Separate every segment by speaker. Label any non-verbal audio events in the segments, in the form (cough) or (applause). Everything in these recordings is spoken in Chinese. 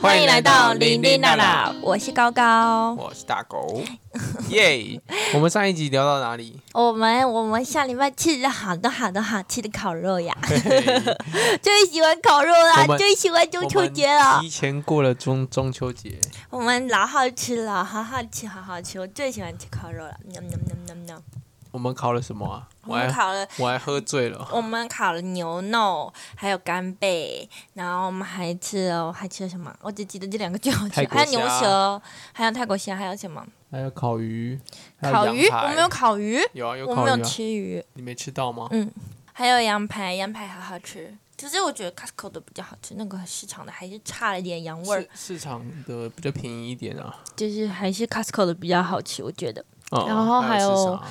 Speaker 1: 欢迎来到零零娜娜，我是高高。
Speaker 2: 我是大狗，
Speaker 1: (laughs)
Speaker 2: 耶！我们上一集聊到哪里？
Speaker 1: 我们我们下礼拜吃了好多好多好吃的烤肉呀，
Speaker 2: 嘿嘿
Speaker 1: (laughs) 最喜欢烤肉
Speaker 2: 我
Speaker 1: 啦，
Speaker 2: 们
Speaker 1: 最喜欢中秋节
Speaker 2: 我们
Speaker 1: 了。
Speaker 2: 提前过了中中秋节，
Speaker 1: 我们老好吃了，好好吃，好好吃，我最喜欢吃烤肉了。喵喵喵喵喵
Speaker 2: 我们烤了什么啊？
Speaker 1: 我
Speaker 2: 我
Speaker 1: 们
Speaker 2: 还
Speaker 1: 烤了，
Speaker 2: 我还喝醉了，
Speaker 1: 我们烤了牛肉，还有干贝，然后我们还吃了，还吃了什么？我只记得这两个最好吃
Speaker 2: 泰，国
Speaker 1: 还有牛
Speaker 2: 虾
Speaker 1: 舌，还有泰国虾，还有什么？
Speaker 2: 还有烤鱼，还有
Speaker 1: 烤
Speaker 2: 羊
Speaker 1: 鱼？
Speaker 2: 排
Speaker 1: 我没有烤鱼，
Speaker 2: 有啊，有
Speaker 1: 我
Speaker 2: 烤
Speaker 1: 没有
Speaker 2: 鱼啊，哦
Speaker 1: 吃鱼。
Speaker 2: 你没吃到吗？
Speaker 1: 嗯，还有羊排，羊排好好吃。其实我觉得 Costco 的比较好吃，那个市场的还是差了一点羊味儿
Speaker 2: 市，市场的比较便宜一点啊。
Speaker 1: 就是还是 Costco 的比较好吃，我觉得。
Speaker 2: 嗯
Speaker 1: 哦然后还
Speaker 2: 还
Speaker 1: 有
Speaker 2: 吃啥啊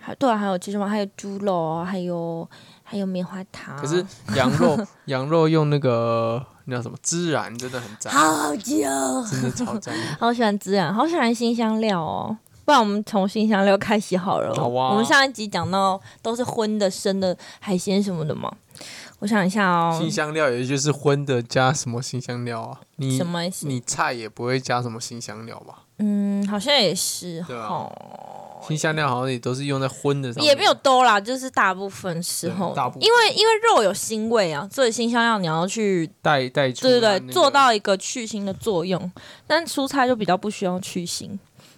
Speaker 1: 还对、啊，还有吃什么？还有猪肉，还有还有棉花糖。
Speaker 2: 可是羊
Speaker 1: (laughs)
Speaker 2: 肉，羊肉用那个那叫什么孜然，真的很赞，
Speaker 1: 好好吃哦，
Speaker 2: 真的超
Speaker 1: (laughs)
Speaker 2: 赞。
Speaker 1: 好喜欢孜然，好喜欢新香料哦。不然我们从新香料开始好了。哦
Speaker 2: 好啊
Speaker 1: 我们上一集讲到都是荤的、生的、海鲜什么的嘛。我想一下哦，
Speaker 2: 新香料也就是荤的加什么新香料啊？你
Speaker 1: 什么意思？
Speaker 2: 你菜也不会加什么新香料吧？
Speaker 1: 嗯，好像也是
Speaker 2: 对啊
Speaker 1: 哦。
Speaker 2: 新香料好像也都是用在荤的上面，
Speaker 1: 也没有多啦，就是大部分时候
Speaker 2: 对，大部分
Speaker 1: 因为因为肉有腥味啊，所以新香料你要去，
Speaker 2: 带带出、
Speaker 1: 对对对，做。到一个去腥的作用。但蔬菜就比较不需要去腥。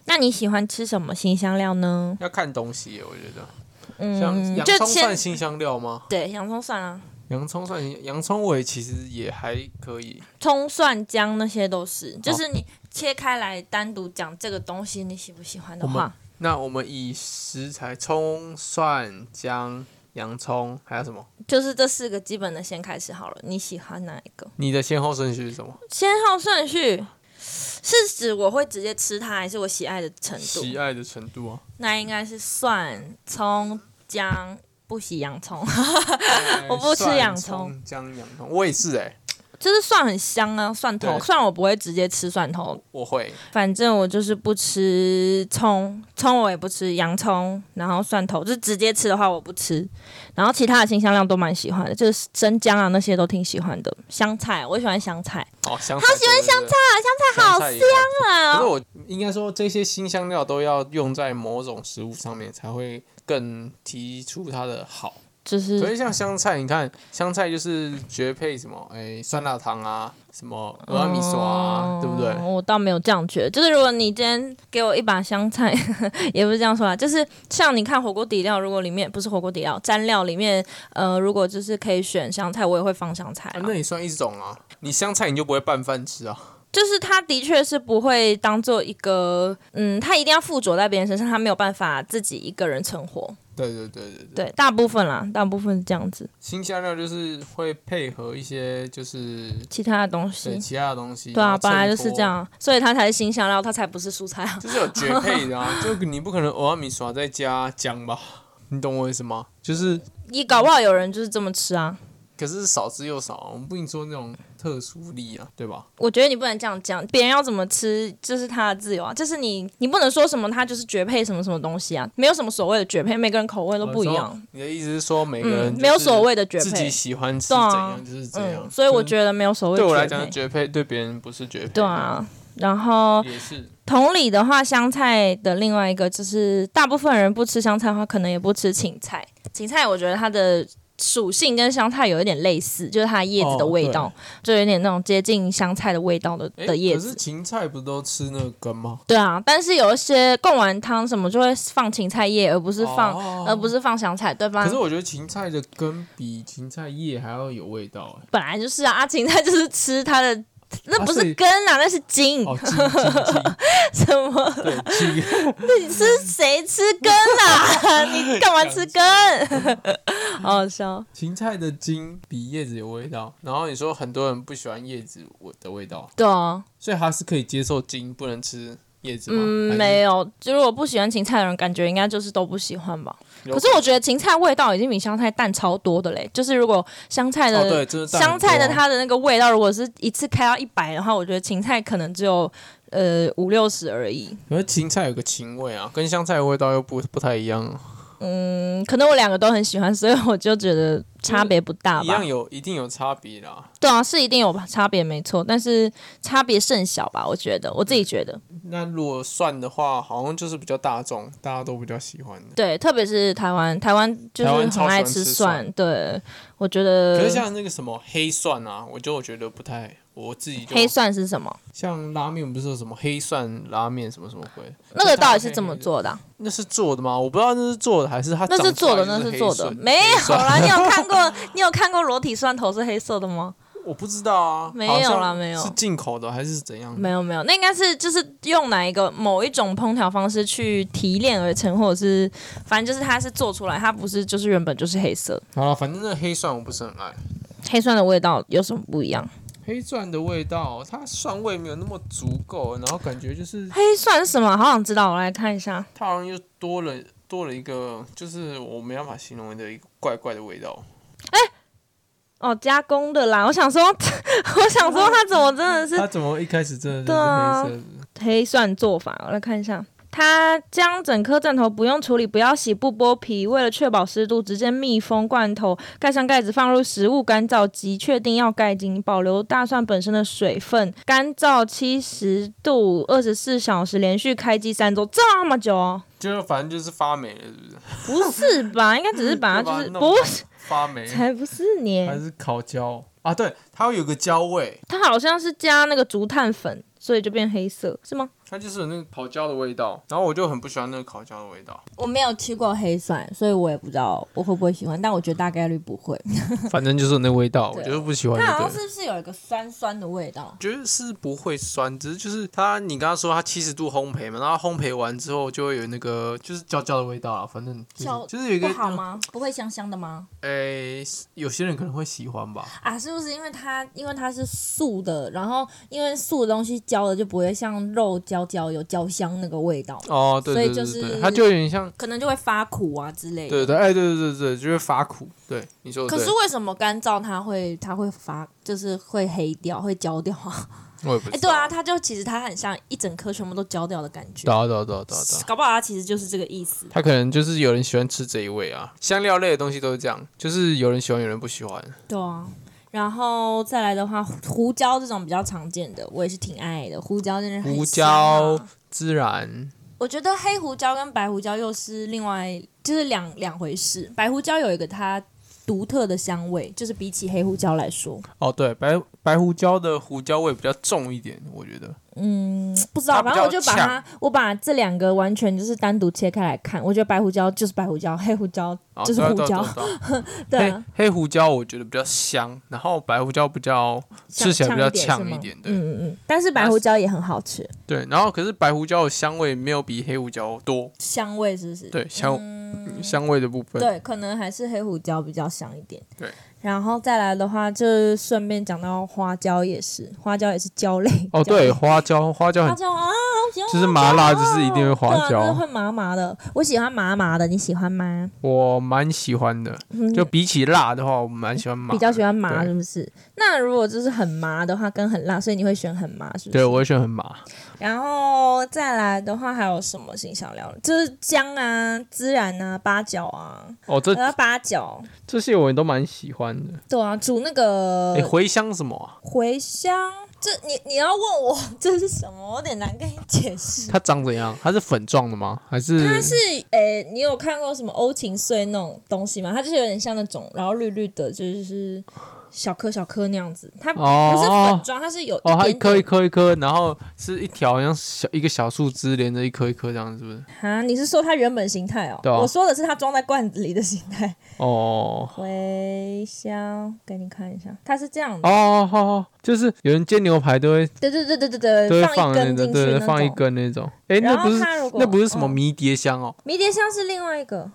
Speaker 1: 那你喜欢吃什么新香料呢？
Speaker 2: 要看东西耶，我觉得像
Speaker 1: 嗯，
Speaker 2: 洋
Speaker 1: 就
Speaker 2: 葱算
Speaker 1: 先
Speaker 2: 新香料吗？
Speaker 1: 对洋葱蒜啊，
Speaker 2: 洋葱算新洋葱，我也其实也还可以。
Speaker 1: 葱蒜姜那些都是，就是你切开来单独讲这个东西，你喜不喜欢的
Speaker 2: 我们
Speaker 1: 话，
Speaker 2: 那我们以食材葱、蒜、姜、洋葱，还有什么？
Speaker 1: 就是这四个基本的先开始好了。你喜欢哪一个？
Speaker 2: 你的先后顺序是什么？
Speaker 1: 先后顺序是指我会直接吃它，还是我喜爱的程度？
Speaker 2: 喜爱的程度啊。
Speaker 1: 那应该是蒜、葱、姜，不喜
Speaker 2: (laughs)
Speaker 1: 洋葱， (laughs) 我不吃
Speaker 2: 蒜
Speaker 1: 洋葱
Speaker 2: 葱、姜、洋葱，我也是哎、
Speaker 1: 就是蒜很香啊，蒜头。
Speaker 2: 对
Speaker 1: 虽然我不会直接吃蒜头，
Speaker 2: 我会。
Speaker 1: 反正我就是不吃葱，葱我也不吃，洋葱，然后蒜头，就是直接吃的话我不吃。然后其他的新香料都蛮喜欢的，就是生姜啊那些都挺喜欢的。香菜，我喜欢香菜，
Speaker 2: 哦，香菜。好喜欢香菜，
Speaker 1: 菜好啊
Speaker 2: 香也好
Speaker 1: 当然
Speaker 2: 可是
Speaker 1: 哦，
Speaker 2: 我应该说，这些新香料都要用在某种食物上面，才会更提出它的好。
Speaker 1: 就
Speaker 2: 所
Speaker 1: 是
Speaker 2: 以像香菜，你看香菜就是绝配什么，哎、酸辣汤啊，什
Speaker 1: 哦
Speaker 2: 么俄阿米刷啊，对不
Speaker 1: 嗯
Speaker 2: 对？
Speaker 1: 我倒没有这样觉得，就是如果你今天给我一把香菜， (laughs) 也不是这样说啦，就是像你看火锅底料，如果里面不是火锅底料，蘸料里面，呃，如果就是可以选香菜，我也会放香菜
Speaker 2: 啊
Speaker 1: 啦、
Speaker 2: 那也算一种啊，你香菜你就不会拌饭吃啊？
Speaker 1: 就是它的确是不会当做一个，嗯，它一定要附着在别人身上，它没有办法自己一个人存活。
Speaker 2: 对对对对对，
Speaker 1: 对，大部分啦，大部分是这样子，
Speaker 2: 新香料就是会配合一些就是
Speaker 1: 其他的东
Speaker 2: 对
Speaker 1: 西。
Speaker 2: 其他的东西，
Speaker 1: 对
Speaker 2: 然
Speaker 1: 啊，
Speaker 2: 后
Speaker 1: 本来就
Speaker 2: 衬
Speaker 1: 是
Speaker 2: 托
Speaker 1: 这，样，所以它才是新香料，它才不是
Speaker 2: (laughs)
Speaker 1: 蔬菜啊。
Speaker 2: 就是有绝配的
Speaker 1: (laughs)
Speaker 2: 啊，就你不可能俄阿米刷再加姜吧？你懂我意思吗？就是
Speaker 1: 你搞不好有人就是这么吃啊。
Speaker 2: 可是少之又少，我们不能说那种特殊例啊，对吧？
Speaker 1: 我觉得你不能这样讲，别人要怎么吃就是他的自由啊，就是你你不能说什么他就是绝配什么什么东西啊，没有什么所谓的绝配，每个人口味都不一样，。
Speaker 2: 哦你的意思是说每个人、
Speaker 1: 嗯，没有所谓的绝
Speaker 2: 自己
Speaker 1: 配，
Speaker 2: 喜欢吃
Speaker 1: 对
Speaker 2: 怎
Speaker 1: 啊
Speaker 2: 样就是怎样。
Speaker 1: 嗯，所以我觉得没有所
Speaker 2: 得对
Speaker 1: 谓
Speaker 2: 我来
Speaker 1: 的绝
Speaker 2: 讲是
Speaker 1: 配，
Speaker 2: 绝配，对别人不是绝配。
Speaker 1: 对，啊。然后
Speaker 2: 也是
Speaker 1: 同理的话，香菜的另外一个就是，大部分人不吃香菜的话，可能也不吃芹菜。芹菜我觉得它的属性跟香菜有一点类似，就是它叶子的
Speaker 2: 哦
Speaker 1: 味
Speaker 2: 对
Speaker 1: 道，就有点那种接近香菜的味道的
Speaker 2: 诶
Speaker 1: 的叶
Speaker 2: 可
Speaker 1: 子
Speaker 2: 是。芹菜不都吃那个根吗？
Speaker 1: 对啊，但是有一些贡丸汤什么就会放芹菜叶，而不是放、呃
Speaker 2: 哦
Speaker 1: 而不是放香菜，对吧
Speaker 2: 可？是我觉得芹菜的根比芹菜叶还要有味道
Speaker 1: (laughs)
Speaker 2: 哎、
Speaker 1: 本来就是啊，啊芹菜就是吃它的，那不
Speaker 2: 所
Speaker 1: 是
Speaker 2: 以
Speaker 1: 根啊，那是茎，
Speaker 2: 哦，茎茎
Speaker 1: (laughs) 什么？
Speaker 2: (laughs) 茎，对茎。
Speaker 1: 是谁吃根啊？ (laughs) 你干嘛吃根？ (laughs) 好好笑。
Speaker 2: 芹菜的茎比叶子有味道。然后你说很多人不喜欢叶子我的味道，
Speaker 1: 对啊，
Speaker 2: 所以他是可以接受茎，不能吃叶子吗？还
Speaker 1: 嗯，
Speaker 2: 是
Speaker 1: 没有，就如果不喜欢芹菜的人，感觉应该就是都不喜欢吧。
Speaker 2: 有
Speaker 1: 可是我觉得芹菜味道已经比香菜淡超多的嘞，就是如果香菜的、
Speaker 2: 哦，对，真的淡很
Speaker 1: 香菜的
Speaker 2: 多
Speaker 1: 它的那个味道，如果是一次开到一百的话，我觉得芹菜可能只有呃五六十而已。
Speaker 2: 可是芹菜有个芹味啊，跟香菜的味道又不不太一样啊。
Speaker 3: 嗯，可能我两个都很喜欢，所以我就觉得差别不大
Speaker 2: 嗯一
Speaker 3: 吧
Speaker 2: 样。有一定有差别啦。
Speaker 3: 对啊，是一定有差别，没错，但是差别甚小吧？我觉得，我自己觉得，
Speaker 2: 那如果算的话，好像就是比较大众，大家都比较喜欢的。
Speaker 3: 对，特别是台湾，台湾就
Speaker 2: 台
Speaker 3: 是
Speaker 2: 湾超
Speaker 3: 很爱
Speaker 2: 喜欢吃
Speaker 3: 蒜，对，我觉
Speaker 2: 可
Speaker 3: 得
Speaker 2: 是像那个什么黑蒜啊，我就觉得不太，我自己就
Speaker 3: 黑蒜是什么？
Speaker 2: 像拉面不是有什么黑蒜拉面什么什么鬼？
Speaker 3: 那
Speaker 2: 就
Speaker 3: 个
Speaker 2: 大
Speaker 3: 到底
Speaker 2: 黑
Speaker 3: 是怎么
Speaker 2: 黑的？
Speaker 3: 做的啊、
Speaker 2: 那是做的吗？我不知道那是做的还是它
Speaker 3: 那是
Speaker 2: 长出
Speaker 3: 做
Speaker 2: 来
Speaker 3: 的，
Speaker 2: 就
Speaker 3: 那
Speaker 2: 黑
Speaker 3: 做的，
Speaker 2: 蒜
Speaker 3: 没有啦。你有
Speaker 2: (laughs)
Speaker 3: 看过？你有看过裸体蒜头是黑色的吗？
Speaker 2: 我不知道啊，
Speaker 3: 没
Speaker 2: 好
Speaker 3: 有
Speaker 2: 像
Speaker 3: 啦没有
Speaker 2: 是进口的还是怎样？
Speaker 3: 没有没有，那应该是就是用哪一个某一种烹调方式去提炼而成，或者是反正就是它是做出来，它不是就是原本就是黑色。
Speaker 2: 好了，反正那黑蒜我不是很爱，
Speaker 3: 黑蒜的味道有什么不一样？
Speaker 2: 黑蒜的味道它蒜味没有那么足够，然后感觉就是
Speaker 3: 黑蒜是什么？好想知道，我来看一下。
Speaker 2: 它好像又多了多了一个，就是我没办法形容的一个怪怪的味道。
Speaker 3: 哦，加工的啦。我想说， (laughs) 我想说它怎么真的是
Speaker 2: 它怎么一开始真的
Speaker 3: 对啊
Speaker 2: 就是黑色的？
Speaker 3: 黑蒜做法，我来看一下。它将整颗蒜头不用处理，不要洗，不剥皮，为了确保湿度，直接密封罐头，盖上盖子，放入食物干燥机，确定要盖紧，保留大蒜本身的水分，干燥七十度，二十四小时，连续开机三周，这么久、哦？
Speaker 2: 就是反正就是发霉了，是不是？
Speaker 3: 不是吧？应该只是把它就是
Speaker 2: 就把它弄
Speaker 3: 不是，
Speaker 2: 发霉
Speaker 3: 才不是你
Speaker 2: 还，是烤焦啊？对，它会有个焦味，
Speaker 3: 它好像是加那个竹炭粉，所以就变黑色，是吗？
Speaker 2: 它就是有那个烤焦的味道，然后我就很不喜欢那个烤焦的味道。
Speaker 1: 我没有吃过黑蒜，所以我也不知道我会不会喜欢，但我觉得大概率不会。
Speaker 2: 反正就是有那味道，
Speaker 1: 对啊
Speaker 2: 我就是不喜欢
Speaker 1: 它
Speaker 2: 那
Speaker 1: 好像
Speaker 2: 个。
Speaker 1: 是不是有一个酸酸的味道？
Speaker 2: 觉得是不会酸，只是就是它，你刚刚说它七十度烘焙嘛，然后烘焙完之后就会有那个就是焦焦的味道啦，啊反正就是
Speaker 1: 焦
Speaker 2: 就是有一
Speaker 1: 不
Speaker 2: 个
Speaker 1: 好？吗？不会香香的吗？
Speaker 2: 诶、有些人可能会喜欢吧。
Speaker 1: 啊，是不是因为它因为它是素的，然后因为素的东西焦了就不会像肉焦焦有焦香那个味道，
Speaker 2: 哦，对
Speaker 1: 所以
Speaker 2: 对对
Speaker 1: 就是
Speaker 2: 对，对它就有点像，
Speaker 1: 可能就会发苦啊之类的。
Speaker 2: 对对，哎，对对对对，就会发苦。对，你说的
Speaker 1: 可
Speaker 2: 对
Speaker 1: 是，为什么干燥它会它会发就是会黑掉会焦掉啊？
Speaker 2: (laughs) 我也不
Speaker 1: 哎、
Speaker 2: 知
Speaker 1: 对
Speaker 2: 道。
Speaker 1: 啊，它就其实它很像一整颗全部都焦掉的感觉
Speaker 2: 对，啊，对啊，对啊，对啊，对啊。
Speaker 1: 搞不好它其实就是这个意思。
Speaker 2: 他可能就是有人喜欢吃这一味啊，香料类的东西都是这样，就是有人喜欢，有人不喜欢。
Speaker 1: 对啊，然后再来的话，胡胡椒这种比较常见的，我也是挺爱的。胡椒真的很
Speaker 2: 胡
Speaker 1: 香啊
Speaker 2: 椒、孜然，
Speaker 1: 我觉得黑胡椒跟白胡椒又是另外就是两两回事。白胡椒有一个它独特的香味，就是比起黑胡椒来说，
Speaker 2: 哦，对，白白胡椒的胡椒味比较重一点，我觉得。
Speaker 1: 嗯，不知
Speaker 2: 它
Speaker 1: 道，
Speaker 2: 比较
Speaker 1: 反正我就把它
Speaker 2: 呛，
Speaker 1: 我把这两个完全就是单独切开来看。我觉得白胡椒就是白胡椒，黑胡椒
Speaker 2: 哦
Speaker 1: 就是
Speaker 2: 对啊
Speaker 1: 胡
Speaker 2: 对啊
Speaker 1: 椒
Speaker 2: 对啊对啊
Speaker 1: (laughs) 对啊
Speaker 2: 黑，黑胡椒我觉得比较香，然后白胡椒比较吃起来比较
Speaker 1: 呛
Speaker 2: 呛一
Speaker 1: 一
Speaker 2: 点
Speaker 1: 点，
Speaker 2: 对
Speaker 1: 是吗嗯嗯嗯，但是白胡椒也很好吃，
Speaker 2: 对，然后可是白胡椒的香味没有比黑胡椒多，
Speaker 1: 香味是不是？
Speaker 2: 对香、香味的部分，
Speaker 1: 嗯对，可能还是黑胡椒比较香一点。
Speaker 2: 对，
Speaker 1: 然后再来的话，就是顺便讲到花椒也是，花椒也是椒类。 (laughs)
Speaker 2: 哦
Speaker 1: 椒类
Speaker 2: 对，花椒花椒
Speaker 1: 花
Speaker 2: 很
Speaker 1: 椒啊，我喜欢
Speaker 2: 就是麻辣就是一定会花
Speaker 1: 对啊，就是
Speaker 2: 椒，
Speaker 1: 会麻麻的。我喜欢麻麻的，你喜欢吗？
Speaker 2: 我蛮喜欢的，
Speaker 1: 嗯
Speaker 2: 就比起辣的话，我蛮喜欢麻的，
Speaker 1: 比较喜欢麻，
Speaker 2: 对
Speaker 1: 是不是？那如果就是很麻的话，跟很辣，所以你会选很麻，是不是？
Speaker 2: 对，我会选很麻。
Speaker 1: 然后再来的话，还有什么新香料？就是姜啊、孜然啊、八角啊，
Speaker 2: 哦，这
Speaker 1: 然后八角，
Speaker 2: 这些我都蛮喜欢的。
Speaker 1: 对啊，煮那个
Speaker 2: 哎、茴香什么啊？
Speaker 1: 茴香。这你你要问我 (laughs) 这是什么，我有点难跟你解释。
Speaker 2: 它长怎样？它是粉状的吗？还是
Speaker 1: 它是诶、你有看过什么欧芹碎那种东西吗？它就是有点像那种，然后绿绿的，就是小颗小颗那样子。它不是
Speaker 2: 哦
Speaker 1: 粉状，它是有
Speaker 2: 哦，它一
Speaker 1: 点
Speaker 2: 颗一
Speaker 1: 点。
Speaker 2: 颗一颗，然后是一条，好像小一个小树枝连着一颗一颗这样，是不是？
Speaker 1: 啊，你是说它原本形态哦？
Speaker 2: 对啊
Speaker 1: 我说的是它装在罐子里的形态。
Speaker 2: 哦
Speaker 1: 茴香，给你看一下，它是这样的。
Speaker 2: 哦，好好，就是有人煎牛排都会
Speaker 1: 对对对对对
Speaker 2: 都会
Speaker 1: 对，
Speaker 2: 放
Speaker 1: 嗯一根
Speaker 2: 个，
Speaker 1: 进去
Speaker 2: 对，
Speaker 1: 那
Speaker 2: 对
Speaker 1: 种。
Speaker 2: 放一根那种。哎、
Speaker 1: 然
Speaker 2: 那
Speaker 1: 后
Speaker 2: 不是
Speaker 1: 它如果
Speaker 2: 那不是什么
Speaker 1: 嗯
Speaker 2: 迷迭香哦，
Speaker 1: 迷迭香是另外一个，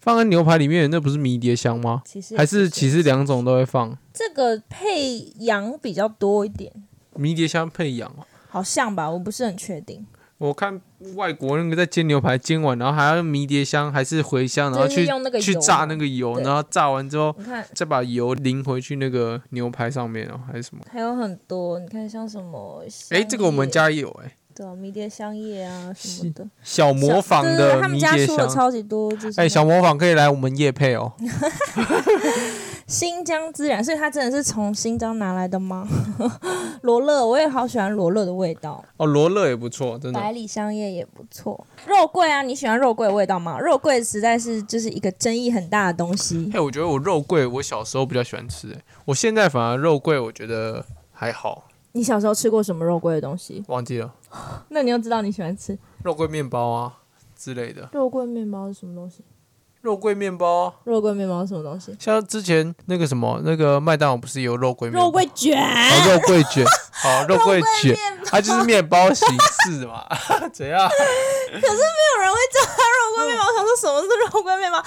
Speaker 2: 放在牛排里面，那不是迷迭香吗？
Speaker 1: 其实
Speaker 2: 还是其实两种都会放，
Speaker 1: 这个配羊比较多一点。
Speaker 2: 迷迭香配羊哦。
Speaker 1: 好像吧，我不是很确定。
Speaker 2: 我看外国那个在煎牛排煎完，然后还要用迷迭香还是茴香，然后
Speaker 1: 就
Speaker 2: 去
Speaker 1: 是用那个
Speaker 2: 去
Speaker 1: 油
Speaker 2: 炸
Speaker 1: 嘛
Speaker 2: 那个油，
Speaker 1: 对
Speaker 2: 然后炸完之后
Speaker 1: 你看
Speaker 2: 再把油淋回去那个牛排上面哦，还是什么？
Speaker 1: 还有很多，你看像什么？
Speaker 2: 哎、这个我们
Speaker 1: 香叶
Speaker 2: 家也有哎、
Speaker 1: 对啊，迷迭香叶啊什么的，
Speaker 2: 小模仿
Speaker 1: 对对
Speaker 2: 的
Speaker 1: 对他们
Speaker 2: 迷
Speaker 1: 家
Speaker 2: 迭
Speaker 1: 出了
Speaker 2: 香。
Speaker 1: 超级多，就是
Speaker 2: 哎、小模仿可以来我们夜配哦。
Speaker 1: 新疆孜然，所以它真的是从新疆拿来
Speaker 2: (laughs)
Speaker 1: 的吗？罗勒，我也好喜欢罗勒的味道，
Speaker 2: 哦，罗勒也不错，真的。
Speaker 1: 百里香叶也不错。肉桂啊，你喜欢肉桂的味道吗？肉桂实在是就是一个争议很大的东西
Speaker 2: 哎、。我觉得我肉桂，我小时候比较喜欢吃、哎，我现在反而肉桂我觉得还好，
Speaker 1: 你小时候吃过什么肉桂的东西？
Speaker 2: 忘记了
Speaker 1: 那你又知道你喜欢吃
Speaker 2: 肉桂面包啊之类的，
Speaker 1: 肉桂面包是什么东西？
Speaker 2: 肉桂面包啊、
Speaker 1: 肉桂面包是什么东西？
Speaker 2: 像之前那个什么，那个麦当劳不是有肉桂面包？
Speaker 4: 肉桂卷，
Speaker 2: 哦，肉桂
Speaker 1: (laughs)
Speaker 2: 卷，哦，肉桂卷，它就是面包形式嘛， (laughs) 怎样？
Speaker 1: 有人会叫它肉桂面包，我想说什么是肉桂面包？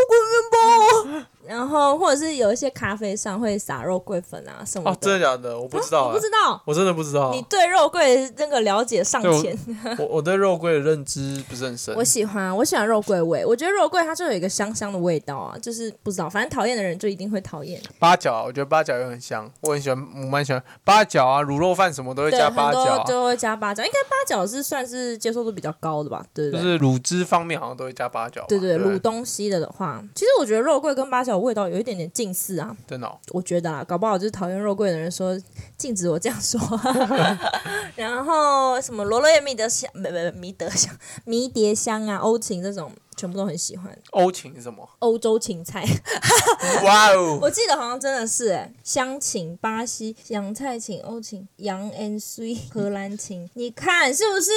Speaker 1: 肉桂面包。然后或者是有一些咖啡上会撒肉桂粉啊什
Speaker 2: 哦，
Speaker 1: 么的，啊
Speaker 2: 真的假的？我不知
Speaker 1: 我
Speaker 2: 道、
Speaker 1: 不
Speaker 2: 哎哦
Speaker 1: 知道。
Speaker 2: 我真的不知道
Speaker 1: 你。对肉桂那个了解上
Speaker 2: 对 (laughs)
Speaker 1: 前，
Speaker 2: 我我对肉桂的认知不是很深
Speaker 1: 我。喜欢，啊我喜欢肉桂味。我觉得肉桂它就有一个香香的味道啊，就是不知道，反正讨厌的人就一定会讨厌。
Speaker 2: 八角啊，我觉得八角也很香，我很喜欢，我蛮喜欢八角啊，卤肉饭什么都会
Speaker 1: 对，
Speaker 2: 加
Speaker 1: 很
Speaker 2: 八角、
Speaker 1: 多
Speaker 2: 啊，
Speaker 1: 就会加八角，应该八角是算是接受度比较高的吧？对
Speaker 2: 就
Speaker 1: 对对。
Speaker 2: 是卤汁方面好像都会加八角吧。
Speaker 1: 对
Speaker 2: 对
Speaker 1: 对，
Speaker 2: 不对，
Speaker 1: 卤东西的的话，其实我觉得肉桂跟八角味道有一点点近似啊，
Speaker 2: 真的哦、
Speaker 1: 我觉得啊，搞不好就是讨厌肉桂的人说禁止我这样说， (laughs) 然后什么罗勒叶迷迭香，没没迷迭香、迷迭香啊、欧芹这种，全部都很喜欢。
Speaker 2: 欧芹是什么？
Speaker 1: 欧洲芹菜，
Speaker 2: 哇哦！
Speaker 1: (laughs) 我记得好像真的是哎、香芹、巴西洋菜芹、欧芹、洋 N C、荷兰芹，你看是不是？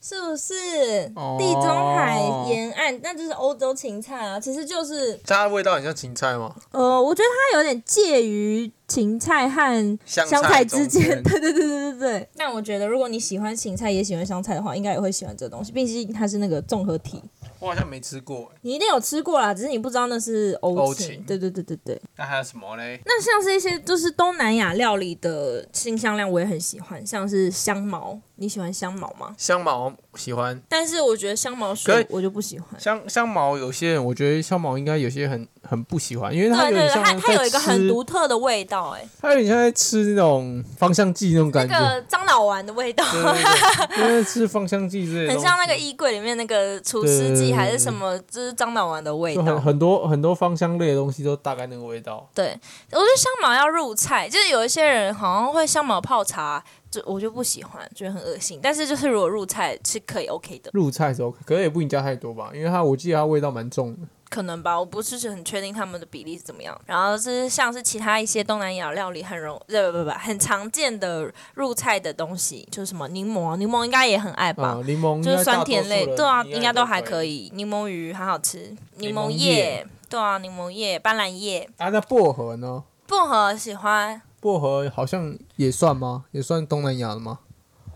Speaker 1: 是不是？
Speaker 2: 哦
Speaker 1: 地中海沿岸那就是欧洲芹菜啊，其实就是
Speaker 2: 它的味道很像芹菜吗？
Speaker 1: 呃，我觉得它有点介于芹菜和
Speaker 2: 香
Speaker 1: 香菜之间，
Speaker 2: 中
Speaker 1: (laughs) 对对对对对对。那我觉得，如果你喜欢芹菜也喜欢香菜的话，应该也会喜欢这个东西，毕竟它是那个综合体。
Speaker 2: 我好像没吃过。哎
Speaker 1: 你一定有吃过啦，只是你不知道那是欧
Speaker 2: 欧
Speaker 1: 芹。
Speaker 2: 芹
Speaker 1: 对对对对对。
Speaker 2: 那还有什么嘞？
Speaker 1: 那像是一些就是东南亚料理的新香料，我也很喜欢，像是香茅。你喜欢香茅吗？
Speaker 2: 香茅喜欢，
Speaker 1: 但是我觉得香茅
Speaker 2: 可
Speaker 1: 水
Speaker 2: 以
Speaker 1: 我就不喜欢。
Speaker 2: 香香茅有些人我觉得香茅应该有些人很很不喜欢，因为它
Speaker 1: 对
Speaker 2: 有点
Speaker 1: 对对，
Speaker 2: 像
Speaker 1: 它
Speaker 2: 在
Speaker 1: 它有一个很
Speaker 2: 吃
Speaker 1: 独特的味道、哎，
Speaker 2: 它有点像在吃那种芳香剂那种
Speaker 1: 那
Speaker 2: 感觉，
Speaker 1: 个樟脑丸的味道。
Speaker 2: 对对对，因为吃芳香剂之类的东
Speaker 1: 很
Speaker 2: 西，
Speaker 1: 像那个衣柜里面那个除湿
Speaker 2: 对对
Speaker 1: 剂
Speaker 2: 对
Speaker 1: 还是什么，就是樟脑丸的味
Speaker 2: 就很
Speaker 1: 道。
Speaker 2: 很多很多芳香类的东西都大概那个味道。
Speaker 1: 对，我觉得香茅要入菜，就是有一些人好像会香茅泡茶，就我就不喜欢，觉得很恶心。但是就是如果入菜是可以 OK 的，
Speaker 2: 入菜的时候，可能也不能加太多吧，因为它我记得它味道蛮重的。
Speaker 1: 可能吧，我不是很确定他们的比例是怎么样。然后是像是其他一些东南亚料理很容，呃不不不，很常见的入菜的东西，就是什么柠檬，柠檬应该也很爱吧。
Speaker 2: 啊，柠檬
Speaker 1: 就是酸甜类，对啊，应
Speaker 2: 应
Speaker 1: 该
Speaker 2: 该
Speaker 1: 都
Speaker 2: 都
Speaker 1: 还可
Speaker 2: 以。
Speaker 1: 以。柠檬鱼还好吃，柠
Speaker 2: 柠檬
Speaker 1: 檬叶
Speaker 2: 叶，
Speaker 1: 对啊，柠檬叶、斑斓叶、
Speaker 2: 啊，那薄荷呢？
Speaker 1: 薄荷喜欢，
Speaker 2: 薄荷好像也算吗？也算东南亚的吗？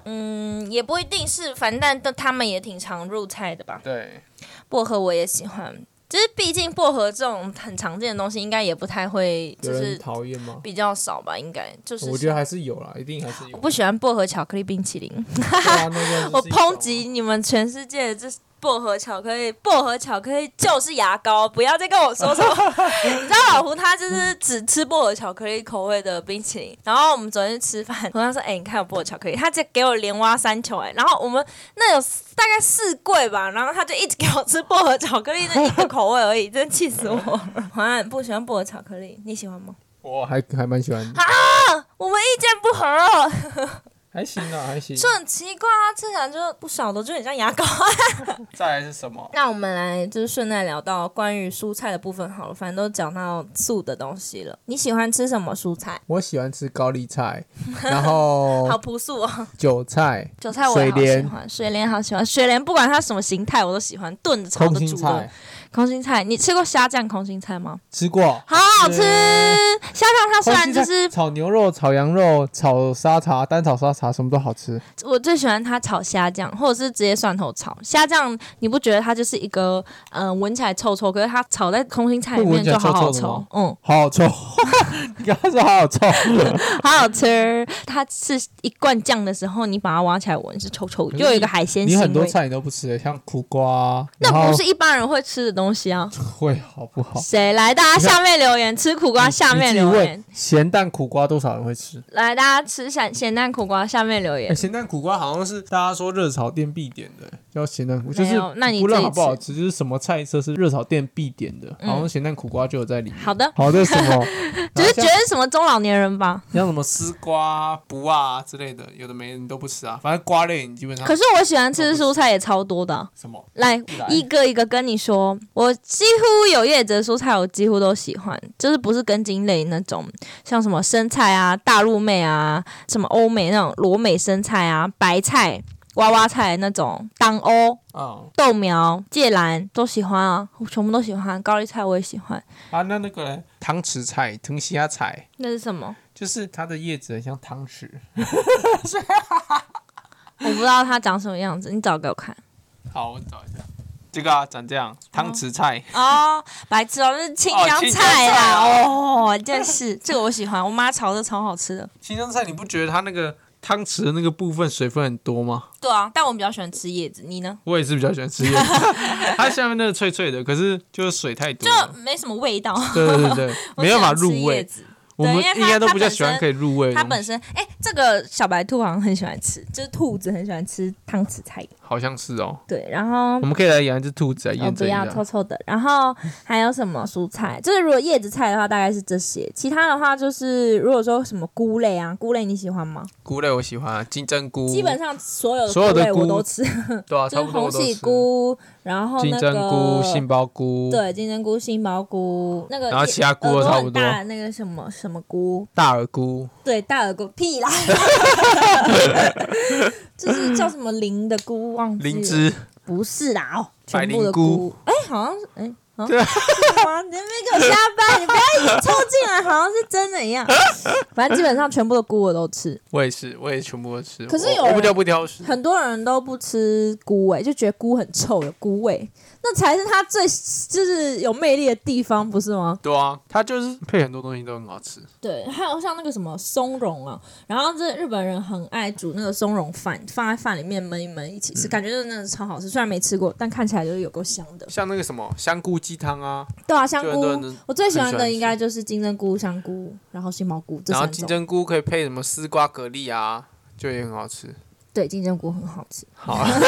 Speaker 1: 嗯，也不一定是，反正但但他们也挺常入菜的吧。
Speaker 2: 对，
Speaker 1: 薄荷我也喜欢，就是毕竟薄荷这种很常见的东西，应该也不太会，
Speaker 2: 有
Speaker 1: 就
Speaker 2: 人
Speaker 1: 是
Speaker 2: 讨厌吗？
Speaker 1: 比较少吧，应该就是。
Speaker 2: 我觉得还是有啦，一定还是有。
Speaker 1: 我不喜欢薄荷巧克力冰淇淋，
Speaker 2: 对啊那个
Speaker 1: 我
Speaker 2: 就是一种
Speaker 1: 抨击你们全世界的这薄荷巧克力，薄荷巧克力就是牙膏，不要再跟我说
Speaker 2: (laughs)
Speaker 1: 什么。你知道老胡他就是只吃薄荷巧克力口味的冰淇淋，然后我们昨天去吃饭，我跟他说：“哎、你看有薄荷巧克力。”他就给我连挖三球、哎，然后我们那有大概四柜吧，然后他就一直给我吃薄荷巧克力那一个口味而已，真气死我了。 (laughs) 好像不喜欢薄荷巧克力，你喜欢吗？
Speaker 2: 我还还蛮喜欢的，
Speaker 1: 我们意见不合哦，
Speaker 2: 还行啊，还行。
Speaker 1: 就很奇怪啊，吃起来就不少的，就很像牙膏。啊
Speaker 2: 再来是什么？
Speaker 1: 那我们来就是顺带聊到关于蔬菜的部分好了，反正都讲到素的东西了。你喜欢吃什么蔬菜？
Speaker 2: 我喜欢吃高丽菜，然
Speaker 1: 好
Speaker 2: 后
Speaker 1: 朴素哦，
Speaker 2: 韭菜、
Speaker 1: (laughs) 韭菜我
Speaker 2: 水
Speaker 1: 也好喜
Speaker 2: 莲、
Speaker 1: 欢，水莲好喜欢，水莲不管它什么形态我都喜欢，炖的、炒
Speaker 2: 空
Speaker 1: 的、
Speaker 2: 心
Speaker 1: 煮的
Speaker 2: 菜。，
Speaker 1: 空心菜，你吃过虾酱空心菜吗？
Speaker 2: 吃过。
Speaker 1: 好好吃，虾酱它虽然就
Speaker 2: 空心
Speaker 1: 是
Speaker 2: 菜炒牛肉、炒羊肉、炒沙茶、单炒沙茶，什么都好吃。
Speaker 1: 我最喜欢它炒虾酱，或者是直接蒜头炒虾酱，你不觉得它就是一个嗯、呃闻起来臭臭，可是它炒在空心菜里
Speaker 2: 会
Speaker 1: 面
Speaker 2: 闻起来
Speaker 1: 就好好
Speaker 2: 臭臭的吗
Speaker 1: 嗯。
Speaker 2: 好臭！ (laughs) 你刚刚说好
Speaker 1: (laughs)
Speaker 2: 臭，
Speaker 1: 好好吃。它是一罐酱的时候，你把它挖起来闻是臭臭，
Speaker 2: 可是
Speaker 1: 又有一个海鲜
Speaker 2: 你很
Speaker 1: 腥
Speaker 2: 多
Speaker 1: 味。
Speaker 2: 欸菜你都不吃，像苦瓜，
Speaker 1: 那
Speaker 2: 然后
Speaker 1: 不是一般人会吃的东西啊？
Speaker 2: 会好不好？
Speaker 1: 谁来？大家下面留言，吃苦瓜下面留言。
Speaker 2: 咸蛋苦瓜多少人会吃？
Speaker 1: 来，大家吃咸咸蛋苦瓜，下面留
Speaker 2: 哎，
Speaker 1: 言。
Speaker 2: 咸蛋苦瓜好像是大家说热炒店必点的，欸叫咸蛋苦，就是
Speaker 1: 没有那你
Speaker 2: 不论
Speaker 1: 这一
Speaker 2: 好不好吃，就是什么菜色是热炒店必点的，
Speaker 1: 嗯
Speaker 2: 好像咸蛋苦瓜就有在里面。
Speaker 1: 好的，
Speaker 2: 好的，什么？
Speaker 1: (laughs) 只是觉
Speaker 2: 然后像
Speaker 1: 得什么中老年人吧。
Speaker 2: 像什么丝瓜、不啊之类的，有的没的你都不吃啊。反正瓜类你基本上
Speaker 1: 可是我喜欢吃的蔬菜也超多的啊、
Speaker 2: 什么
Speaker 1: 来
Speaker 2: 来
Speaker 1: 一个一个跟你说，我几乎有叶子的蔬菜，我几乎都喜欢，就是不是根茎类那种，像什么生菜啊、大陆妹啊、什么欧美那种罗美生菜啊、白菜、娃娃菜那种、当欧、
Speaker 2: 啊、嗯
Speaker 1: 豆苗、芥兰都喜欢啊，我全部都喜欢。高丽菜我也喜欢，
Speaker 2: 啊，那那个嘞汤匙菜、藤西亚菜，
Speaker 1: 那是什么？
Speaker 2: 就是它的叶子很像汤匙。
Speaker 1: 我哎不知道它长什么样子，你找给我看。
Speaker 2: 好，我找一下。嗯这个啊，长这样，汤匙菜。
Speaker 1: 哦，白痴哦，那是
Speaker 2: (laughs)
Speaker 1: 青
Speaker 2: 哦
Speaker 1: 江
Speaker 2: 青江
Speaker 1: 菜
Speaker 2: 菜
Speaker 1: 啦！
Speaker 2: 啊
Speaker 1: 哦，真是这个我喜欢，我妈炒的超好吃的。
Speaker 2: 青江菜，你不觉得它那个汤匙的那个部分水分很多吗？
Speaker 1: 对啊，但我比较喜欢吃叶子，你呢？
Speaker 2: 我也是比较喜欢吃叶 (laughs) 子，它下面那个脆脆的，可是就是水太多
Speaker 1: 就
Speaker 2: 了。
Speaker 1: 没什么
Speaker 2: (laughs)
Speaker 1: 味道，
Speaker 2: 对对对对，啊没办法入
Speaker 1: (laughs) 我喜欢吃叶
Speaker 2: 味。
Speaker 1: 子。
Speaker 2: 我们
Speaker 1: 对因为它
Speaker 2: 应该都比较喜欢可以入味的
Speaker 1: 它
Speaker 2: 东
Speaker 1: 本
Speaker 2: 西，
Speaker 1: 身，哎、这个小白兔好像很喜欢吃，就是兔子很喜欢吃汤匙菜。
Speaker 2: 好像是哦。
Speaker 1: 对，然后
Speaker 2: 我们可以来养一只兔子来啊
Speaker 1: 我
Speaker 2: 验
Speaker 1: 不
Speaker 2: 证一
Speaker 1: 要
Speaker 2: 下。
Speaker 1: 臭臭的。然后还有什么蔬菜？就是如果叶子菜的话，大概是这些。其他的话就是，如果说什么菇类啊，菇类你喜欢吗？
Speaker 2: 菇类我喜欢啊，金针菇，
Speaker 1: 基本上所有
Speaker 2: 所有
Speaker 1: 菇
Speaker 2: 的
Speaker 1: 类我
Speaker 2: 菇
Speaker 1: 都吃，
Speaker 2: 对啊，
Speaker 1: 就
Speaker 2: 差
Speaker 1: 是
Speaker 2: 不多
Speaker 1: 红
Speaker 2: 我都
Speaker 1: 喜
Speaker 2: 吃。
Speaker 1: 菇，然后
Speaker 2: 金
Speaker 1: 那
Speaker 2: 针菇、
Speaker 1: 个
Speaker 2: 杏鲍菇、
Speaker 1: 对，金针菇、杏鲍菇，那个
Speaker 2: 然后
Speaker 1: 叶
Speaker 2: 其他菇
Speaker 1: 耳
Speaker 2: 都
Speaker 1: 朵
Speaker 2: 差
Speaker 1: 很
Speaker 2: 不多
Speaker 1: 大的那个什么什么菇，
Speaker 2: 大耳菇，
Speaker 1: 对，大耳菇
Speaker 2: (laughs)
Speaker 1: 屁啦，就是叫什么灵的菇，忘记了
Speaker 2: 灵芝，
Speaker 1: 不是啦哦，
Speaker 2: 百
Speaker 1: 全部的
Speaker 2: 灵菇
Speaker 1: 菇，哎、好像是哎。啊，是吗？你没给我瞎掰，你不要一直凑进来，好像是真的
Speaker 2: (laughs)
Speaker 1: 一样。反正基本上全部的菇我都吃，
Speaker 2: 我也是，我也全部都吃。
Speaker 1: 可是
Speaker 2: 我
Speaker 1: 有
Speaker 2: 我比
Speaker 1: 人
Speaker 2: 较不挑食，
Speaker 1: 很多人都不吃菇哎、就觉得菇很臭，有菇味，那才是它最就是有魅力的地方，不是吗？
Speaker 2: 对啊，它就是配很多东西都很好吃。
Speaker 1: 对，还有像那个什么松茸啊，然后这日本人很爱煮那个松茸饭，放在饭里面焖一焖一起
Speaker 2: 嗯
Speaker 1: 吃，感觉真的真的超好吃。虽然没吃过，但看起来就是有够香的。
Speaker 2: 像那个什么香菇鸡汤啊，
Speaker 1: 对啊，香
Speaker 2: 就很
Speaker 1: 菇
Speaker 2: 多人，
Speaker 1: 我最喜欢
Speaker 2: 很喜欢
Speaker 1: 的
Speaker 2: 吃
Speaker 1: 应该就是金针菇、香菇，然后杏鲍菇这
Speaker 2: 然后
Speaker 1: 三
Speaker 2: 金
Speaker 1: 种。
Speaker 2: 针菇可以配什么丝瓜蛤蜊啊，就也很好吃。
Speaker 1: 对，金针菇很好吃。
Speaker 2: 好啊，
Speaker 1: (laughs)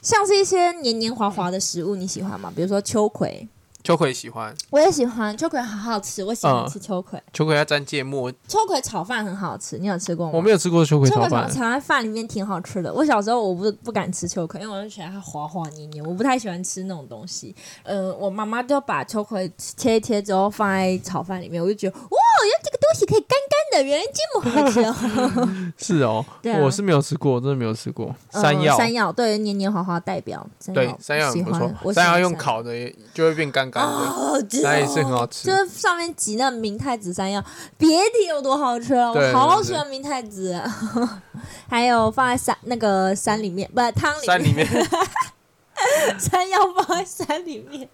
Speaker 1: 像是一些黏黏滑滑的食物，你喜欢吗？比如说秋葵，
Speaker 2: 秋葵喜欢，
Speaker 1: 我也喜欢，秋葵好好吃，我喜欢
Speaker 2: 嗯
Speaker 1: 吃秋葵。
Speaker 2: 秋葵要沾芥末，
Speaker 1: 秋葵炒饭很好吃，你有吃过吗？
Speaker 2: 我没有吃过秋葵
Speaker 1: 秋
Speaker 2: 炒
Speaker 1: 葵炒
Speaker 2: 饭。
Speaker 1: 炒在饭里面挺好吃的。我小时候我不不敢吃秋葵，因为我就觉得它滑滑黏黏，我不太喜欢吃那种东西。呃，我妈妈就把秋葵切一切之后放在炒饭里面，我就觉得哇，原来这个东西可以干干的，原来这么好吃哦。
Speaker 2: 是哦，
Speaker 1: 对啊
Speaker 2: 我是没有吃过，我真的没有吃过。(laughs)
Speaker 1: 嗯
Speaker 2: 山药，
Speaker 1: 山药对黏黏滑滑代表，山
Speaker 2: 对，山药
Speaker 1: 喜
Speaker 2: 很不
Speaker 1: 欢
Speaker 2: 错，
Speaker 1: 我喜欢
Speaker 2: 山药用烤的也就会变干干 (laughs) 的，
Speaker 1: 好吃
Speaker 2: 那也是很
Speaker 1: 哦。
Speaker 2: 好吃
Speaker 1: 就。是上面挤那明太子山药，别提有多好吃了，
Speaker 2: 对对
Speaker 1: 我好喜欢明太子 (laughs) 啊、还有放在山那个山里面，不汤里面，
Speaker 2: 山里面
Speaker 1: (laughs) 山药放在山里面，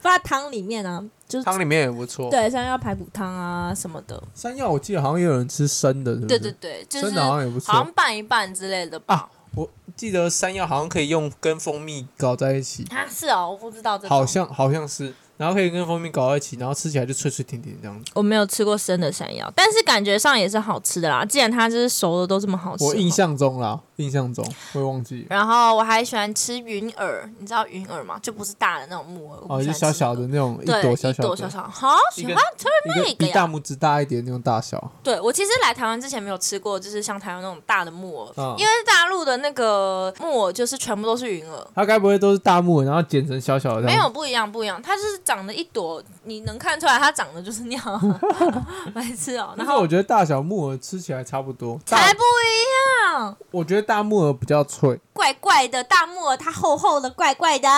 Speaker 1: 放在汤里面啊，就是
Speaker 2: 汤里面也不错。
Speaker 1: 对山药排骨汤啊什么的。
Speaker 2: 山药我记得好像也有人吃生的，对不
Speaker 1: 对对对，就
Speaker 2: 生
Speaker 1: 是
Speaker 2: 嗯的好像也不
Speaker 1: 好
Speaker 2: 错
Speaker 1: 像。拌一拌之类的吧。
Speaker 2: 啊我记得山药好像可以用跟蜂蜜搞在一起，
Speaker 1: 啊，是哦，我不知道这种
Speaker 2: 好像好像是，然后可以跟蜂蜜搞在一起，然后吃起来就脆脆甜甜这样子。
Speaker 1: 我没有吃过生的山药，但是感觉上也是好吃的啦。既然它哦就是熟的都这么好吃，
Speaker 2: 我印。象中啦，印象中我也忘记了
Speaker 1: 然后我还喜欢吃云耳，你知道云耳吗？就不是大的那种木耳，我
Speaker 2: 哦，
Speaker 1: 不
Speaker 2: 就
Speaker 1: 喜欢吃
Speaker 2: 小小的那种一
Speaker 1: 那种，对，
Speaker 2: 朵小
Speaker 1: 一
Speaker 2: 小
Speaker 1: 朵小
Speaker 2: 的，
Speaker 1: 小，好喜
Speaker 2: 一个
Speaker 1: 欢吃那
Speaker 2: 一
Speaker 1: 个
Speaker 2: 个
Speaker 1: 呀
Speaker 2: 比大拇指大一点那种大小。
Speaker 1: 对我其实来台湾之前没有吃过，就是像台湾那种大的木耳，
Speaker 2: 嗯
Speaker 1: 因为大陆的那个木耳就是全部都是云耳，
Speaker 2: 它该不会都是大木耳，然后剪成小小的？
Speaker 1: 没有，不一样不一样，它就是长得一朵，你能看出来它长得就是那样啊， (laughs) 白痴哦、
Speaker 2: 然
Speaker 1: 然
Speaker 2: 后
Speaker 1: 后
Speaker 2: 我觉得大小木耳吃起来差不多，大
Speaker 1: 才不一样，
Speaker 2: 我觉得大木耳比较
Speaker 1: (laughs)
Speaker 2: 脆，
Speaker 1: 怪怪的大木耳，它厚厚的，怪怪的。。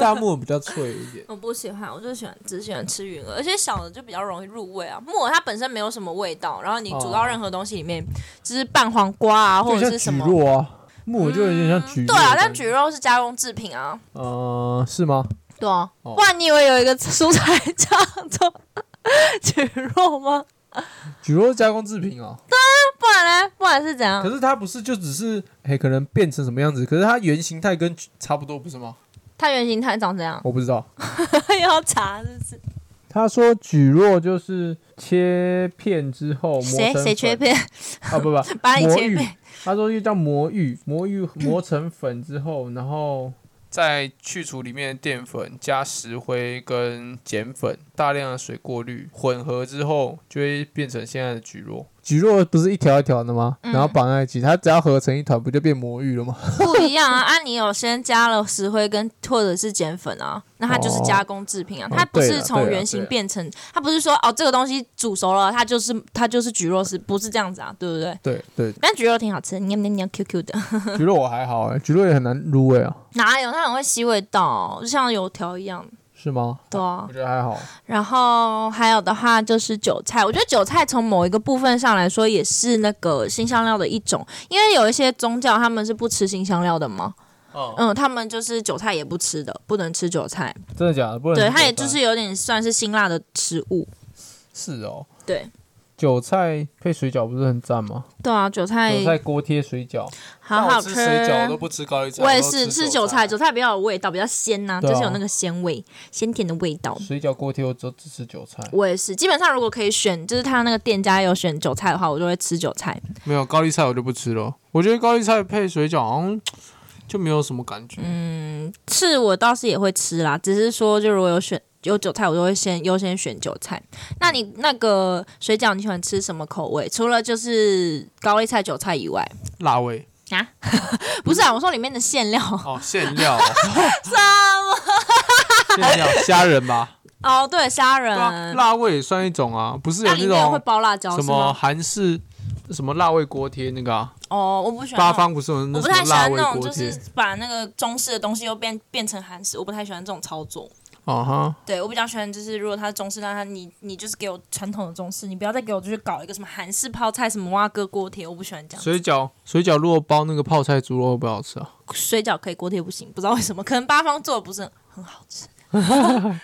Speaker 2: 大木耳比较脆一点
Speaker 1: 我不喜欢，我就喜欢只喜欢吃云耳，而且小的就比较容易入味啊。木耳它本身没有什么味道，然后你煮到
Speaker 2: 哦
Speaker 1: 任何东西里面，就是拌黄瓜啊或者是
Speaker 2: 就
Speaker 1: 什
Speaker 2: 像
Speaker 1: 么
Speaker 2: 蒟，蒻啊，木耳就有点像蒟蒻、
Speaker 1: 对啊，但蒟蒻是加工制品啊。
Speaker 2: 呃是吗？
Speaker 1: 对啊，
Speaker 2: 哦
Speaker 1: 不然你以为有一个蔬菜叫 (laughs) 做蒟蒻吗？
Speaker 2: 蒟蒻是加工制品哦，
Speaker 1: 嗯不然呢？不然是怎
Speaker 2: 可
Speaker 1: 样？
Speaker 2: 是它不是就只是哎、可能变成什么样子？可是它原形态跟蒟蒻差不多不是吗？
Speaker 1: 它原形态长怎样？
Speaker 2: 我不知道。
Speaker 1: 又 (laughs) 要查是不是？
Speaker 2: 他说蒟蒻就是切片之后磨
Speaker 1: 谁
Speaker 2: 成粉
Speaker 1: 谁缺片？
Speaker 2: 啊？不不，
Speaker 1: 把你
Speaker 2: 魔
Speaker 1: 切
Speaker 2: 芋
Speaker 1: 片。
Speaker 2: 他说又叫魔芋，魔芋磨成粉之后，然后再去除里面的淀粉，加石灰跟碱粉，大量的水过滤，混合之后就会变成现在的蒟蒻。蒟蒻不是一条一条的吗？
Speaker 1: 嗯
Speaker 2: 然后绑在一起，它只要合成一团，不就变魔芋了吗？
Speaker 1: 不一样啊！ (laughs) 啊，你有先加了石灰跟或者是碱粉啊，那它就是加工制品啊，
Speaker 2: 哦
Speaker 1: 它不
Speaker 2: 对
Speaker 1: 是
Speaker 2: 啦
Speaker 1: 从
Speaker 2: 对啦
Speaker 1: 原型
Speaker 2: 对啦
Speaker 1: 变成，它不是说哦这个东西煮熟了，它就是它就是菊肉丝，不是这样子啊，对不对？
Speaker 2: 对 (laughs) 对，
Speaker 1: 但菊肉挺好吃，黏黏黏 Q Q 的，
Speaker 2: 蒟蒻我还好哎、蒟蒻也很难入味啊，
Speaker 1: 哪有它很会吸味道，就像油条一样，
Speaker 2: 是吗？
Speaker 1: 对啊
Speaker 2: 我。觉得还好。
Speaker 1: 然后还有的话就是韭菜，我觉得韭菜从某一个部分上来说也是那个新香料的一种，因为有一些宗教他们是不吃新香料的嘛，
Speaker 2: 哦，
Speaker 1: 嗯，他们就是韭菜也不吃的，不能吃韭菜。
Speaker 2: 真的假的？不能
Speaker 1: 对，
Speaker 2: 吃
Speaker 1: 它也
Speaker 2: 韭菜
Speaker 1: 就是有点算是辛辣的食物。
Speaker 2: 是哦，
Speaker 1: 对，
Speaker 2: 韭菜配水饺不是很赞吗？
Speaker 1: 对啊，韭菜
Speaker 2: 韭菜锅贴水饺，
Speaker 1: 好好
Speaker 2: 但我水饺我都不吃高丽菜，
Speaker 1: 我也
Speaker 2: 都
Speaker 1: 是吃
Speaker 2: 韭
Speaker 1: 韭菜，韭菜比较有味道，比较鲜呐、
Speaker 2: 对啊
Speaker 1: 就是有那个鲜味、鲜甜的味道。
Speaker 2: 水饺锅贴我只只吃韭菜，
Speaker 1: 我也是，基本上如果可以选，就是他那个店家有选韭菜的话，我就会吃韭菜。
Speaker 2: 没有高丽菜我就不吃了。我觉得高丽菜配水饺好像就没有什么感觉。
Speaker 1: 嗯是我倒是也会吃啦，只是说就如果有选有韭菜，我就会先优先选韭菜。那你那个水饺你喜欢吃什么口味？除了就是高丽菜、韭菜以外，
Speaker 2: 辣味
Speaker 1: 不是啊，我说里面的馅料什
Speaker 2: 哦，馅料
Speaker 1: (laughs)
Speaker 2: 哦，
Speaker 1: 么？ (laughs)
Speaker 2: 馅料虾仁吧，
Speaker 1: 哦，对，虾
Speaker 2: 对
Speaker 1: 仁。
Speaker 2: 啊，辣味也算一种啊，不是有
Speaker 1: 那里
Speaker 2: 那
Speaker 1: 面会
Speaker 2: 种
Speaker 1: 包辣椒
Speaker 2: 什
Speaker 1: 是
Speaker 2: 么
Speaker 1: 吗？
Speaker 2: 韩式什么辣味锅贴那个啊，
Speaker 1: 哦，我不喜欢
Speaker 2: 八
Speaker 1: 那种。
Speaker 2: 方不是有那
Speaker 1: 我不
Speaker 2: 什
Speaker 1: 太
Speaker 2: 么
Speaker 1: 喜
Speaker 2: 辣
Speaker 1: 欢
Speaker 2: 味
Speaker 1: 那种，
Speaker 2: 锅
Speaker 1: 就
Speaker 2: 贴
Speaker 1: 是把那个中式的东西又变变成韩式，我不太喜欢这种操作。
Speaker 2: 啊哈，
Speaker 1: 对我比较喜欢，就是如果它是中式，那它你你就是给我传统的中式，你不要再给我就是搞一个什么韩式泡菜、什么蛙哥锅贴，我不喜欢这样。
Speaker 2: 水饺水饺如果包那个泡菜猪肉会不会好吃啊？
Speaker 1: 水饺可以，锅贴不行，不知道为什么，可能八方做的不是很好
Speaker 2: (laughs)
Speaker 1: 吃。没有人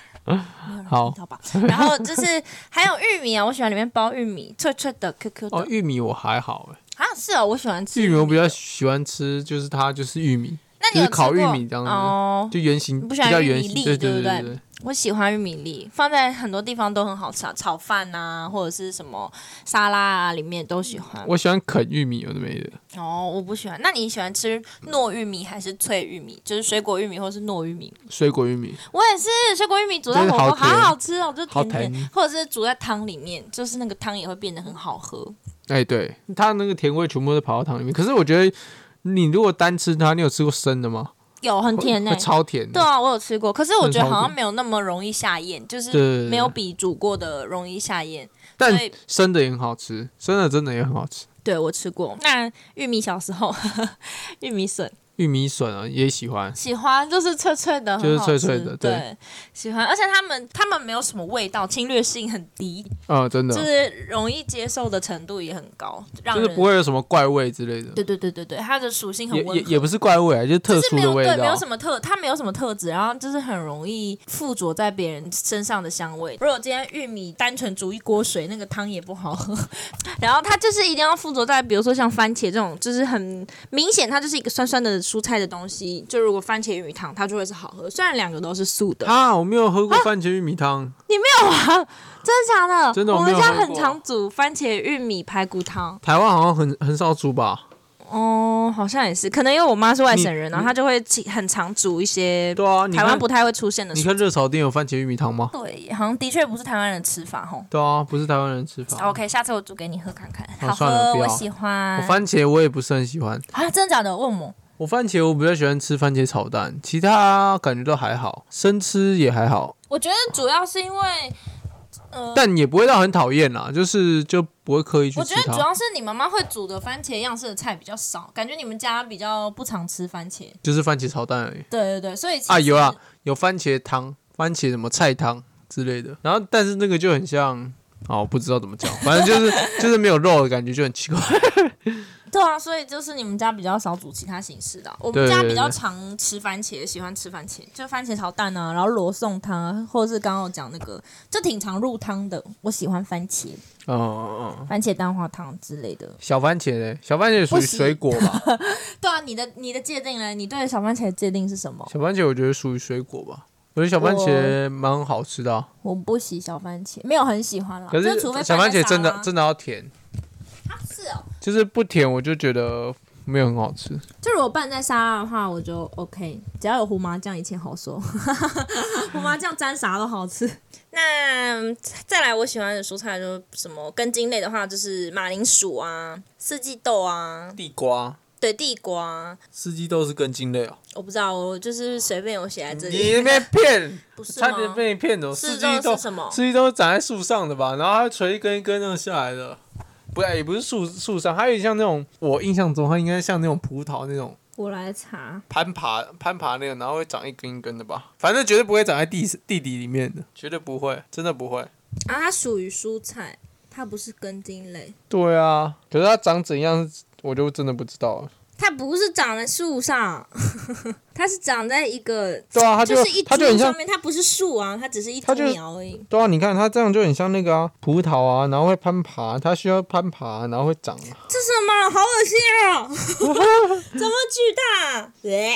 Speaker 2: 好
Speaker 1: 听到吧？然后就是还有玉米啊，我喜欢里面包玉米，脆脆的、Q Q 的。
Speaker 2: 哦，玉米我还好哎、
Speaker 1: 啊，是哦，我喜欢吃
Speaker 2: 玉米我比较喜欢吃，就是它就是玉米，
Speaker 1: 那你有
Speaker 2: 就是烤
Speaker 1: 吃过
Speaker 2: 玉米这样子
Speaker 1: 哦？
Speaker 2: 就圆形，
Speaker 1: 你
Speaker 2: 比
Speaker 1: 不喜欢
Speaker 2: 较
Speaker 1: 玉米
Speaker 2: 圆形，
Speaker 1: 粒
Speaker 2: 对
Speaker 1: 对不
Speaker 2: 对
Speaker 1: 对
Speaker 2: 对。
Speaker 1: 我喜欢玉米粒，放在很多地方都很好吃啊，炒饭啊，或者是什么沙拉啊，里面都喜欢。
Speaker 2: 我喜欢啃玉米，有的没的。
Speaker 1: 哦，我不喜欢。那你喜欢吃糯玉米还是脆玉米？就是水果玉米或是糯玉米？
Speaker 2: 水果玉米，
Speaker 1: 我也是，水果玉米煮在火锅
Speaker 2: 真的好甜
Speaker 1: 好好吃哦，就
Speaker 2: 好
Speaker 1: 甜甜，
Speaker 2: 甜
Speaker 1: 或者是煮在汤里面，就是那个汤也会变得很好喝。
Speaker 2: 哎，对，它那个甜味全部都跑到汤里面。可是我觉得，你如果单吃它，你有吃过生的吗？
Speaker 1: 有很甜呢、
Speaker 2: 会会超甜
Speaker 1: 对
Speaker 2: 的。
Speaker 1: 啊，我有吃过，可是我觉
Speaker 2: 真
Speaker 1: 得
Speaker 2: 的超
Speaker 1: 好像
Speaker 2: 甜
Speaker 1: 没有那么容易下咽，就是
Speaker 2: 对，
Speaker 1: 没有比煮过的容易下咽。
Speaker 2: 但
Speaker 1: 所以
Speaker 2: 生的也很好吃，生的真的也很好吃。
Speaker 1: 对我吃过。那玉米小时候， (laughs) 玉米笋
Speaker 2: 玉米笋啊，也喜欢。
Speaker 1: 喜欢，就是脆脆的，
Speaker 2: 就是
Speaker 1: 很好吃
Speaker 2: 脆脆的
Speaker 1: 对
Speaker 2: 对
Speaker 1: 喜欢。而且他们他们没有什么味道，侵略性很低，
Speaker 2: 啊，真的，
Speaker 1: 就是容易接受的程度也很高，让
Speaker 2: 就
Speaker 1: 人
Speaker 2: 是不会有什么怪味之类的。
Speaker 1: 对对对对对，它的属性很
Speaker 2: 也
Speaker 1: 温和。
Speaker 2: 也也不是怪味啊，就是特
Speaker 1: 就是
Speaker 2: 殊
Speaker 1: 没
Speaker 2: 的
Speaker 1: 有
Speaker 2: 味
Speaker 1: 对，没有
Speaker 2: 道
Speaker 1: 什。么特，它没有什么特质，然后就是很容易附着在别人身上的香味。如果今天玉米单纯煮一锅水，那个汤也不好喝。 (laughs) 然后它就是一定要附着在，比如说像番茄这种，就是很明显，它就是一个酸酸的蔬菜的东西。就如果番茄玉米汤，它就会是好喝。虽然两个都是素的，
Speaker 2: 啊，我没有喝过番茄玉米汤，
Speaker 1: 真的假的？
Speaker 2: 真的我
Speaker 1: 我
Speaker 2: 没
Speaker 1: 们
Speaker 2: 有
Speaker 1: 家
Speaker 2: 喝过
Speaker 1: 很常煮番茄玉米排骨汤。
Speaker 2: 台湾好像很很少煮吧？
Speaker 1: 哦，好像也是，可能因为我妈是外省
Speaker 2: 你
Speaker 1: 人，然后她就会起很常煮一些
Speaker 2: 对啊，你
Speaker 1: 台湾
Speaker 2: 看
Speaker 1: 不嗯太会出现的
Speaker 2: 你
Speaker 1: 蔬
Speaker 2: 看热炒店有番茄玉米汤吗？
Speaker 1: 对，好像的确不是台湾人吃法吼。
Speaker 2: 对啊，不是台湾人吃法。
Speaker 1: OK，下次我煮给你喝看看，
Speaker 2: 哦
Speaker 1: 好
Speaker 2: 算了
Speaker 1: 喝，
Speaker 2: 不要
Speaker 1: 我喜欢
Speaker 2: 我。番茄我也不是很喜欢，
Speaker 1: 啊，真的假的？问我
Speaker 2: 我番茄我比较喜欢吃番茄炒蛋，其他感觉都还好，生吃也还好，
Speaker 1: 我觉得主要是因为，呃，
Speaker 2: 但也不会到很讨厌啦，就是就不会刻意去
Speaker 1: 我
Speaker 2: 吃
Speaker 1: 觉得主
Speaker 2: 它，
Speaker 1: 要是你妈妈会煮的番茄样式的菜比较少，感觉你们家比较不常吃番茄。
Speaker 2: 就是番茄炒蛋而已
Speaker 1: 对对对，所以其实
Speaker 2: 啊，有啊，，有番茄汤、番茄什么菜汤之类的，然后但是那个 (laughs) 就很像。哦，不知道怎么讲，反正就是就是没有肉的感觉，就很奇怪。
Speaker 1: 对啊，所以就是你们家比较少煮其他形式的啊、我
Speaker 2: 对
Speaker 1: 们家
Speaker 2: 对
Speaker 1: 比较
Speaker 2: 对
Speaker 1: 常吃番茄，喜欢吃番茄，就番茄炒蛋啊，然后罗宋汤啊，或者是刚刚我讲那个，就挺常入汤的。我喜欢番茄，
Speaker 2: 嗯嗯嗯。
Speaker 1: 番茄蛋花汤之类的。
Speaker 2: 小番茄嘞，小番茄属于
Speaker 1: 不行
Speaker 2: 水果
Speaker 1: (laughs)
Speaker 2: 吧？
Speaker 1: 对啊，你的你的界定呢？你对小番茄的界定是什么？
Speaker 2: 小番茄我觉得属于水果吧。我觉得小番茄蛮好吃的、啊，
Speaker 1: 我不喜小番茄，没有很喜欢啦。
Speaker 2: 可
Speaker 1: 就是除非
Speaker 2: 小番茄真的
Speaker 1: 真
Speaker 2: 真的要甜，
Speaker 1: 是哦。
Speaker 2: 就是不甜我就觉得没有很好吃。
Speaker 4: 就如果拌在沙拉的话，我就 OK，只要有胡麻酱，一切好
Speaker 1: (laughs)
Speaker 4: 说。胡麻酱沾啥都好吃。
Speaker 1: 那再来，我喜欢的蔬菜就是什么根茎类的话，就是马铃薯啊、四季豆啊、
Speaker 5: 地瓜、
Speaker 1: 对地瓜啊，
Speaker 5: 四季豆是根茎类哦。
Speaker 1: 我不知道，我就是随便我写在这
Speaker 2: 你
Speaker 1: 里，
Speaker 2: 那边骗，
Speaker 1: 不 (laughs) 是
Speaker 2: 差点
Speaker 1: 吗？
Speaker 2: 被你骗走。四
Speaker 1: 四
Speaker 2: 季
Speaker 1: 季
Speaker 2: 豆
Speaker 1: 豆是什么
Speaker 2: 四季豆是长在树上的吧？然后它会垂一根一根那样下来的，不哎也不是树树上，它有点像那种我印象中它应该像那种葡萄那种
Speaker 4: 我来查，
Speaker 2: 攀爬攀爬那个，然后会长一根一根的吧？反正绝对不会长在地地底里面的，绝对不会，真的不会。
Speaker 1: 啊，它属于蔬菜，它不是根茎类，
Speaker 2: 对啊，可是它长怎样，我就真的不知道了。
Speaker 1: 它不是长在树上， (laughs) 它是长在一个，
Speaker 2: 对啊，它就
Speaker 1: 就是一
Speaker 2: 它就很
Speaker 1: 株
Speaker 2: 像
Speaker 1: 上，面，它不是树啊，它只是一
Speaker 2: 它
Speaker 1: 株
Speaker 2: 就是
Speaker 1: 苗而已。
Speaker 2: 对啊，你看它这样就很像那个啊，葡萄啊，然后会攀爬，它需要攀爬，然后会长啊。
Speaker 1: 这什么？好恶心哦！ (laughs) 怎么巨大？对，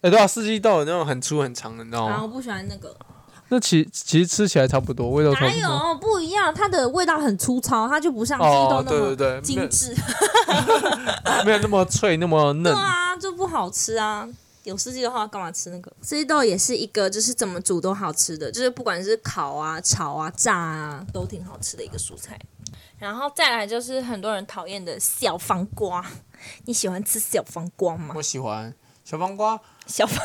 Speaker 2: 哎、对啊，四季豆有那种很粗很长的，你知道
Speaker 4: 啊，
Speaker 2: 吗？
Speaker 4: 我不喜欢那个，
Speaker 2: 那其其实吃起来差不多，味道差
Speaker 4: 哪
Speaker 2: 不多。
Speaker 4: 有不一样？它的味道很粗糙，它就不像鸡豆，
Speaker 2: 哦对对
Speaker 4: 那么
Speaker 2: 对，没
Speaker 4: 精致。
Speaker 2: 有没有那么脆，那么嫩
Speaker 1: 对。啊，就不好吃啊。有四季的话，干嘛吃那个？四季豆也是一个，就是怎么煮都好吃的，就是不管是烤啊、炒啊、炸啊，都挺好吃的一个蔬菜。然后再来就是很多人讨厌的小黄瓜，你喜欢吃小黄瓜吗？
Speaker 2: 我喜欢小黄瓜
Speaker 1: 小黄。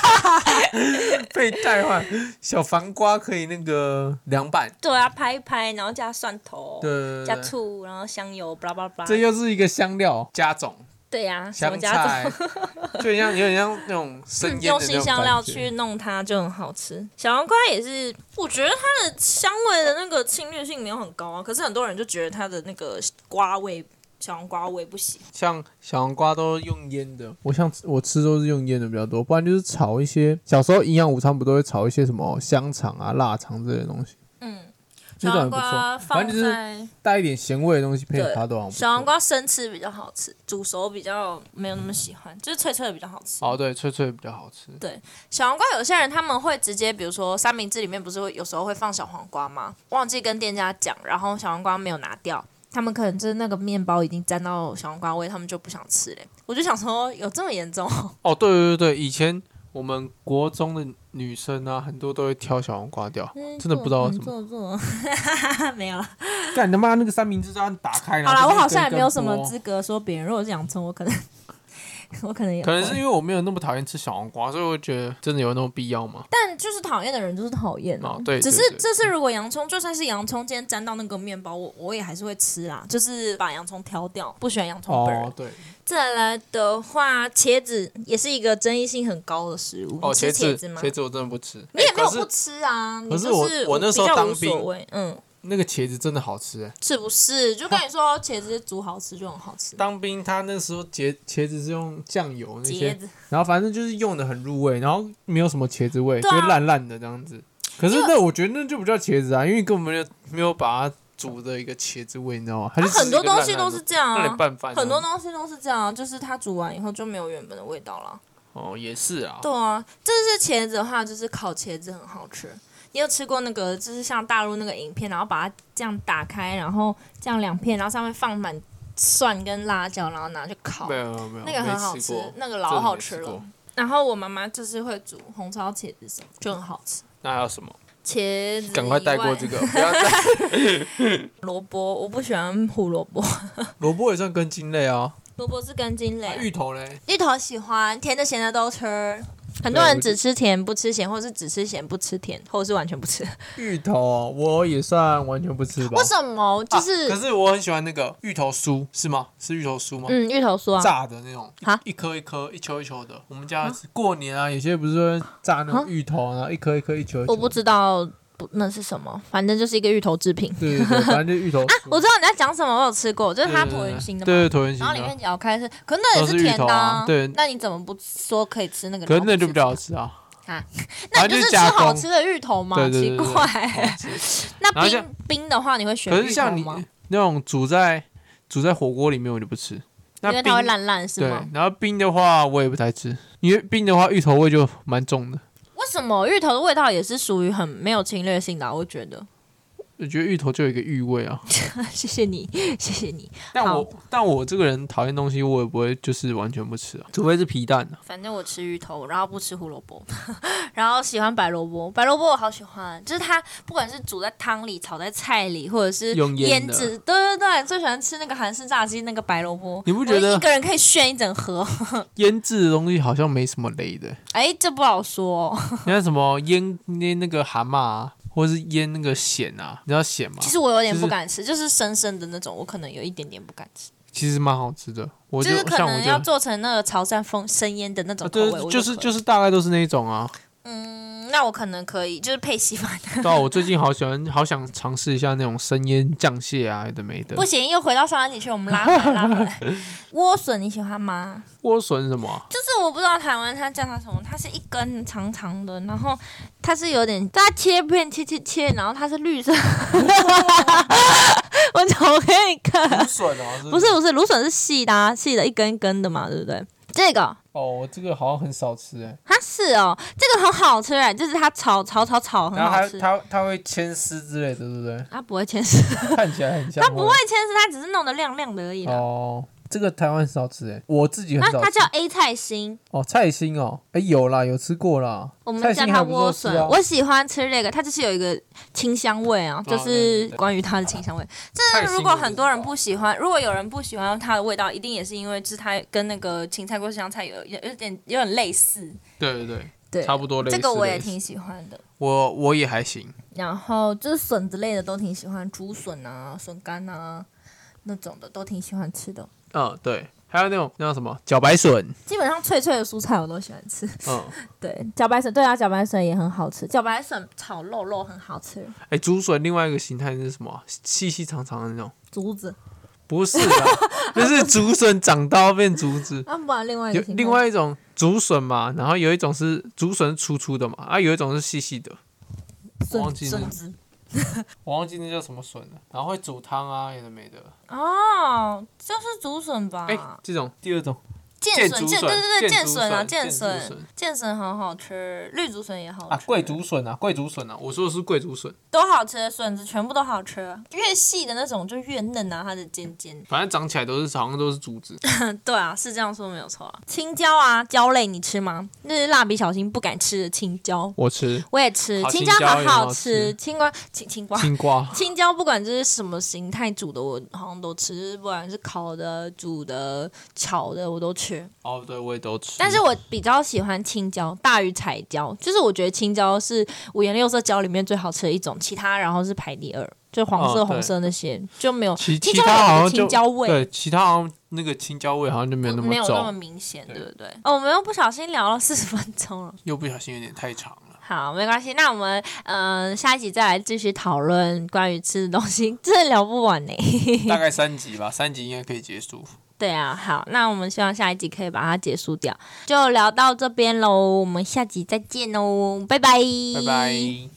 Speaker 2: (laughs) 被带坏，小黄瓜可以那个凉拌
Speaker 1: (laughs) 对啊，拍一拍，然后加蒜头，
Speaker 2: 对对
Speaker 1: 加
Speaker 2: 对对，
Speaker 1: 醋，然后香油，巴拉巴拉巴
Speaker 2: 这
Speaker 1: 拉。
Speaker 2: 又是一个香料加种。
Speaker 1: 对呀、什
Speaker 2: 香
Speaker 1: 么加
Speaker 2: 菜， (laughs)
Speaker 1: (laughs)
Speaker 2: 就很像有点像那种生腌的
Speaker 1: 嗯用
Speaker 2: 那
Speaker 1: 新
Speaker 2: 种
Speaker 1: 香料
Speaker 2: 感觉
Speaker 1: 去弄它就很好吃。小黄瓜也是，我觉得它的香味的那个侵略性没有很高啊，可是很多人就觉得它的那个瓜味。小黄瓜味不喜欢，
Speaker 2: 像小黄瓜都用腌的，我像我吃都是用腌的比较多，不然就是炒一些。小时候营养午餐不都会炒一些什么香肠啊、腊肠之类的东西，
Speaker 1: 嗯，
Speaker 2: 那
Speaker 1: 小
Speaker 2: 种也
Speaker 1: 黄
Speaker 2: 不
Speaker 1: 瓜
Speaker 2: 错。反
Speaker 1: 放
Speaker 2: 正就是
Speaker 1: 在
Speaker 2: 带一点咸味的东西配
Speaker 1: 对
Speaker 2: 它都好像不错。
Speaker 1: 小黄瓜生吃比较好吃，煮熟比较没有那么喜欢，就是脆脆的比较好吃。
Speaker 2: 哦，对，脆脆比较好吃。
Speaker 1: 小黄瓜有些人他们会直接，比如说三明治里面不是会有时候会放小黄瓜吗？忘记跟店家讲，然后小黄瓜没有拿掉，他们可能就是那个面包已经沾到小黄瓜味，他们就不想吃嘞。我就想说，有这么严重？
Speaker 2: 哦，对对对对，以前我们国中的女生啊，很多都会挑小黄瓜掉，真的不知道为什么。
Speaker 1: 做做 (laughs) 没有了。
Speaker 2: 干他妈那个三明治这样打开，
Speaker 4: 好
Speaker 2: 了，
Speaker 4: 啦，我好像也没有什
Speaker 2: 根
Speaker 4: 么
Speaker 2: 剥
Speaker 4: 资格说别人。如果是洋葱，我可
Speaker 1: (laughs)
Speaker 4: 能我可能也
Speaker 2: 可能是因为我没有那么讨厌吃小黄瓜，所以我觉得真的有那么必要吗？
Speaker 4: 但就是讨厌的人就是讨厌啊
Speaker 2: 哦对
Speaker 1: 只是
Speaker 2: 对对
Speaker 1: 这次如果洋葱，就算是洋葱，今天沾到那个面包，我我也还是会吃啦，就是把洋葱挑掉，不喜欢洋葱本人。
Speaker 2: 哦，对，
Speaker 1: 再来的话，茄子也是一个争议性很高的食物。
Speaker 2: 哦，
Speaker 1: 你吃
Speaker 2: 茄子，
Speaker 1: 子吗？
Speaker 2: 茄子我真的不吃。
Speaker 1: 你也没有
Speaker 2: 可是
Speaker 1: 不吃啊，你
Speaker 2: 可是
Speaker 1: 就
Speaker 2: 我我那时候
Speaker 1: 比较
Speaker 2: 当
Speaker 1: 无所
Speaker 2: 兵
Speaker 1: 谓嗯，
Speaker 2: 那个茄子真的好吃哎。
Speaker 1: 是不是？就跟你说，茄子煮好吃就很好吃。
Speaker 2: 当兵他那时候茄茄子是用酱油那
Speaker 1: 茄
Speaker 2: 些，
Speaker 1: 子，
Speaker 2: 然后反正就是用的很入味，然后没有什么茄子味，
Speaker 1: 对啊
Speaker 2: 就烂烂的这样子。可是那我觉得那就不叫茄子啊，因为根本没有没有把它煮的一个茄子味，你知道吗？它
Speaker 1: 它
Speaker 2: 就只
Speaker 1: 很多
Speaker 2: 一个烂
Speaker 1: 东
Speaker 2: 烂
Speaker 1: 西
Speaker 2: 的
Speaker 1: 都是这样
Speaker 2: 那点
Speaker 1: 啊，
Speaker 2: 拌饭这样
Speaker 1: 很
Speaker 2: 子，
Speaker 1: 多东西都是这样啊，就是它煮完以后就没有原本的味道了。啊
Speaker 2: 哦也是啊，
Speaker 1: 对啊，这是茄子的话，就是烤茄子很好吃。你有吃过那个，就是像大陆那个影片，然后把它这样打开，然后这样两片，然后上面放满蒜跟辣椒，然后拿去烤
Speaker 2: 没，有没有没有，
Speaker 1: 那个很好
Speaker 2: 没
Speaker 1: 吃
Speaker 2: 过，
Speaker 1: 那个
Speaker 2: 真的
Speaker 1: 老
Speaker 2: 没
Speaker 1: 好吃
Speaker 2: 吃
Speaker 1: 了
Speaker 2: 过。。
Speaker 1: 然后我妈妈就是会煮红烧茄子什么，就很好吃。
Speaker 2: 那还有什么？
Speaker 1: 茄子以外，
Speaker 2: 赶快带过这个，不要带。
Speaker 1: (laughs) 萝卜，我不喜欢胡萝卜， (laughs)
Speaker 2: 萝卜也算根茎类啊，
Speaker 1: 萝卜是根茎
Speaker 2: 那
Speaker 1: 类，
Speaker 2: 芋头嘞？
Speaker 1: 芋头喜欢，甜的咸的都吃。很多人只吃甜不吃咸，或是只吃咸不吃甜，或是完全
Speaker 2: (laughs)
Speaker 1: 不吃。
Speaker 2: 芋头我也算完全不吃吧
Speaker 1: 为什么？就是、
Speaker 2: 啊可是我很喜欢那个芋头酥，是吗？是芋头酥吗？
Speaker 1: 嗯，芋头酥啊，
Speaker 2: 炸的那种
Speaker 1: 啊，
Speaker 2: 一颗一颗、一球一球啊的。我们家过年啊，有些不是会炸那种芋头啊，然后一颗一颗、一球一球。
Speaker 1: 我不知道不那是什么，反正就是一个芋头制品。
Speaker 2: 对对对，反正就芋头酥。
Speaker 1: (laughs) 啊我知道你在讲什么，我有吃过，就是它椭圆形的嘛，
Speaker 2: 对对椭圆形
Speaker 1: 然后里
Speaker 2: 的
Speaker 1: 面，咬开是，可是那也
Speaker 2: 都是芋
Speaker 1: 甜
Speaker 2: 头
Speaker 1: 的、
Speaker 2: 啊对
Speaker 1: 那你怎么不说可以吃那个？
Speaker 2: 可是那就比较好
Speaker 1: 然后
Speaker 2: 吃啊。
Speaker 1: 不
Speaker 2: (laughs)
Speaker 1: 吃啊，那
Speaker 2: 反正
Speaker 1: 你就是吃
Speaker 2: 加
Speaker 1: 好
Speaker 2: 工。
Speaker 1: 吃的芋头嘛，
Speaker 2: 对对对对
Speaker 1: 奇
Speaker 2: 对
Speaker 1: (laughs) 怪。那
Speaker 2: 然后
Speaker 1: 冰
Speaker 2: 像
Speaker 1: 冰的话，你会
Speaker 2: (laughs)
Speaker 1: 选
Speaker 2: 可是
Speaker 1: 芋头
Speaker 2: 像你
Speaker 1: 吗？
Speaker 2: 那种煮在煮在火锅里面，我就不吃。那
Speaker 1: 因为
Speaker 2: 冰
Speaker 1: 它会烂烂是
Speaker 2: 对
Speaker 1: 吗？，
Speaker 2: 然后冰的话我也不太吃，因为冰的话芋头味就蛮重的。
Speaker 1: 为什么芋头的味道也是属于很没有侵略性的啊、我觉得。 (laughs)
Speaker 2: 我觉得芋头就有一个芋味啊。
Speaker 1: 谢谢你，谢谢你。
Speaker 2: 但
Speaker 1: 好
Speaker 2: 我但我这个人讨厌东西，我也不会就是完全不吃啊，除非是皮蛋啊。
Speaker 1: 反正我吃芋头，然后不吃胡萝卜， (laughs) 然后喜欢白萝卜。白萝卜我好喜欢，就是它不管是煮在汤里、炒在菜里，或者是
Speaker 2: 用腌的
Speaker 1: 制，对对对，最喜欢吃那个韩式炸鸡那个白萝卜。
Speaker 2: 你不
Speaker 1: 我
Speaker 2: 觉
Speaker 1: 一
Speaker 2: 得
Speaker 1: 个人可以炫一整盒？ (laughs)
Speaker 2: 腌制的东西好像没什么雷的？
Speaker 1: 哎，这不好说、哦。
Speaker 2: 你看什么腌腌那个蛤蟆啊，或是腌那个蚬啊，你知道蚬吗
Speaker 1: 其？实我有点
Speaker 2: 就是
Speaker 1: 不敢吃，就是生生的那种，我可能有一点点不敢吃。
Speaker 2: 其实蛮好吃的，我
Speaker 1: 就是可
Speaker 2: 像我
Speaker 1: 能要
Speaker 2: 就。
Speaker 1: 做成那个潮汕风生腌的那种
Speaker 2: 啊，
Speaker 1: 口味，
Speaker 2: 对，
Speaker 1: 我。
Speaker 2: 就是就是是大概都是那一种啊。
Speaker 1: 嗯，那我可能可以，就是配稀
Speaker 2: (laughs)
Speaker 1: 饭。
Speaker 2: 对啊，我最近好喜欢，好想尝试一下那种生腌酱蟹啊，有的没的
Speaker 1: 不。行，又回到上一集去，我们拉回来，拉回来。
Speaker 2: (laughs)
Speaker 1: 莴笋你喜欢吗？
Speaker 2: 莴笋是什么 (laughs) 啊、
Speaker 1: 就是我不知道台湾它叫它什么，它是一根长长的，然后它是有点它切片切切切，然后它是绿 (laughs) 色。我找给你看，
Speaker 2: 笋啊，
Speaker 1: 不是不是，芦笋是细的、啊，细的一根一根的嘛，对不对？这个
Speaker 2: 哦，我这个好像很少吃哎、
Speaker 1: 它是哦，这个很好吃哎，就是它炒炒炒炒很
Speaker 2: 然后
Speaker 1: 好
Speaker 2: 它
Speaker 1: 吃。
Speaker 2: 它它会牵丝之类的，对不对？ (laughs)
Speaker 1: 它不会牵丝， (laughs)
Speaker 2: 看起来很像。
Speaker 1: 它不会牵丝，它只是弄得亮亮的而已啦。
Speaker 2: 哦，这个台湾很少吃哎、我自己很
Speaker 1: 它
Speaker 2: 少
Speaker 1: 啊它
Speaker 2: 吃。
Speaker 1: 叫 A 菜心，
Speaker 2: 哦，菜心哦，哎、有啦，有吃过啦。
Speaker 1: 我们
Speaker 2: 菜
Speaker 1: 叫
Speaker 2: 心
Speaker 1: 它
Speaker 2: 还不
Speaker 1: 莴
Speaker 2: 错吃
Speaker 1: 笋，
Speaker 2: 啊。
Speaker 1: 我喜欢吃这个，它就是有一个清香味啊，就是关于它的清香味。这如果很多人不喜欢，如果有人不喜欢它的味道，一定也是因为就是它跟那个芹菜锅香菜有有有点有点类似。
Speaker 2: 对对对，
Speaker 1: 对，
Speaker 2: 差不多类似。
Speaker 1: 这个我也
Speaker 2: 类似
Speaker 1: 挺喜欢的。
Speaker 2: 我我也还行。
Speaker 1: 然后就是笋之类的都挺喜欢，竹笋啊、笋干啊那种的都挺喜欢吃的。
Speaker 2: 嗯，对，还有那种那叫什么茭白笋，
Speaker 1: 基本上脆脆的蔬菜我都喜欢吃。
Speaker 2: 嗯，
Speaker 1: 对，茭白笋，对啊，茭白笋也很好吃，茭白笋炒肉肉很好吃，
Speaker 2: 哎、竹笋另外一个形态是什么啊？细细长长的那种。
Speaker 1: 竹子。
Speaker 2: 不是
Speaker 1: (laughs)
Speaker 2: 啊，就是竹笋长刀变竹子。
Speaker 1: 啊，不然另外一
Speaker 2: 有
Speaker 1: 个情
Speaker 2: 另
Speaker 1: 况
Speaker 2: 外一种竹笋嘛，然后有一种是竹笋是粗粗的嘛，啊，有一种是细细的。我忘
Speaker 1: 笋
Speaker 2: 记了
Speaker 1: 笋子
Speaker 2: 我忘记那叫什么笋了，然后会煮汤啊，有的没的。
Speaker 1: 哦，就是竹笋吧？
Speaker 2: 哎、这种第二种
Speaker 1: 剑
Speaker 2: 剑
Speaker 1: 笋
Speaker 2: 竹
Speaker 1: 剑对对对
Speaker 2: 笋
Speaker 1: 剑
Speaker 2: 剑竹
Speaker 1: 笋啊
Speaker 2: 笋
Speaker 1: 剑
Speaker 2: 剑竹
Speaker 1: 笋
Speaker 2: 笋
Speaker 1: 剑笋很好吃，绿竹笋也好吃，
Speaker 2: 啊，贵竹笋啊，贵竹笋啊，我说的是贵竹笋，
Speaker 1: 都好吃，笋子全部都好吃，越细的那种就越嫩啊，它的尖尖。
Speaker 2: 反正长起来都是好像都是竹子。
Speaker 1: 嗯，对啊，是这样说没有错啊。青椒啊，椒类你吃吗？那是蜡笔小新不敢吃的青椒，
Speaker 2: 我吃
Speaker 1: 我也吃，
Speaker 2: 好
Speaker 1: 青
Speaker 2: 青
Speaker 1: 椒
Speaker 2: 椒也
Speaker 1: 很
Speaker 2: 很
Speaker 1: 好
Speaker 2: 好
Speaker 1: 吃，
Speaker 2: 吃
Speaker 1: 青瓜青青瓜
Speaker 2: 青瓜，
Speaker 1: 青椒不管这是什么形态煮的，我好像都吃，就是不管是烤的、煮的、炒的，我都吃。
Speaker 2: 哦，对，我也都吃。
Speaker 1: 但是我比较喜欢青椒大于彩椒，就是我觉得青椒是五颜六色椒里面最好吃的一种，其他然后是排第二，就黄色、
Speaker 2: 哦对
Speaker 1: 红色那些就没有。
Speaker 2: 其
Speaker 1: 青
Speaker 2: 其
Speaker 1: 椒
Speaker 2: 他好像
Speaker 1: 有个
Speaker 2: 就
Speaker 1: 青椒味，
Speaker 2: 对，其他好像那个青椒味好像就没有那么
Speaker 1: 没有那么
Speaker 2: 重，
Speaker 1: 明显，
Speaker 2: 对
Speaker 1: 对不对？哦，我们又不小心聊了四十分钟了。
Speaker 2: 又不小心有点太长了。
Speaker 1: 好，没关系，那我们嗯、呃下一集再来继续讨论关于吃的东西，真的聊不完呢。欸 (laughs)
Speaker 2: 大概三集吧，三集应该可以结束。
Speaker 1: 对啊，好，那我们希望下一集可以把它结束哦掉，就聊到这边喽，我们下集再见喽，拜拜，
Speaker 2: 拜拜。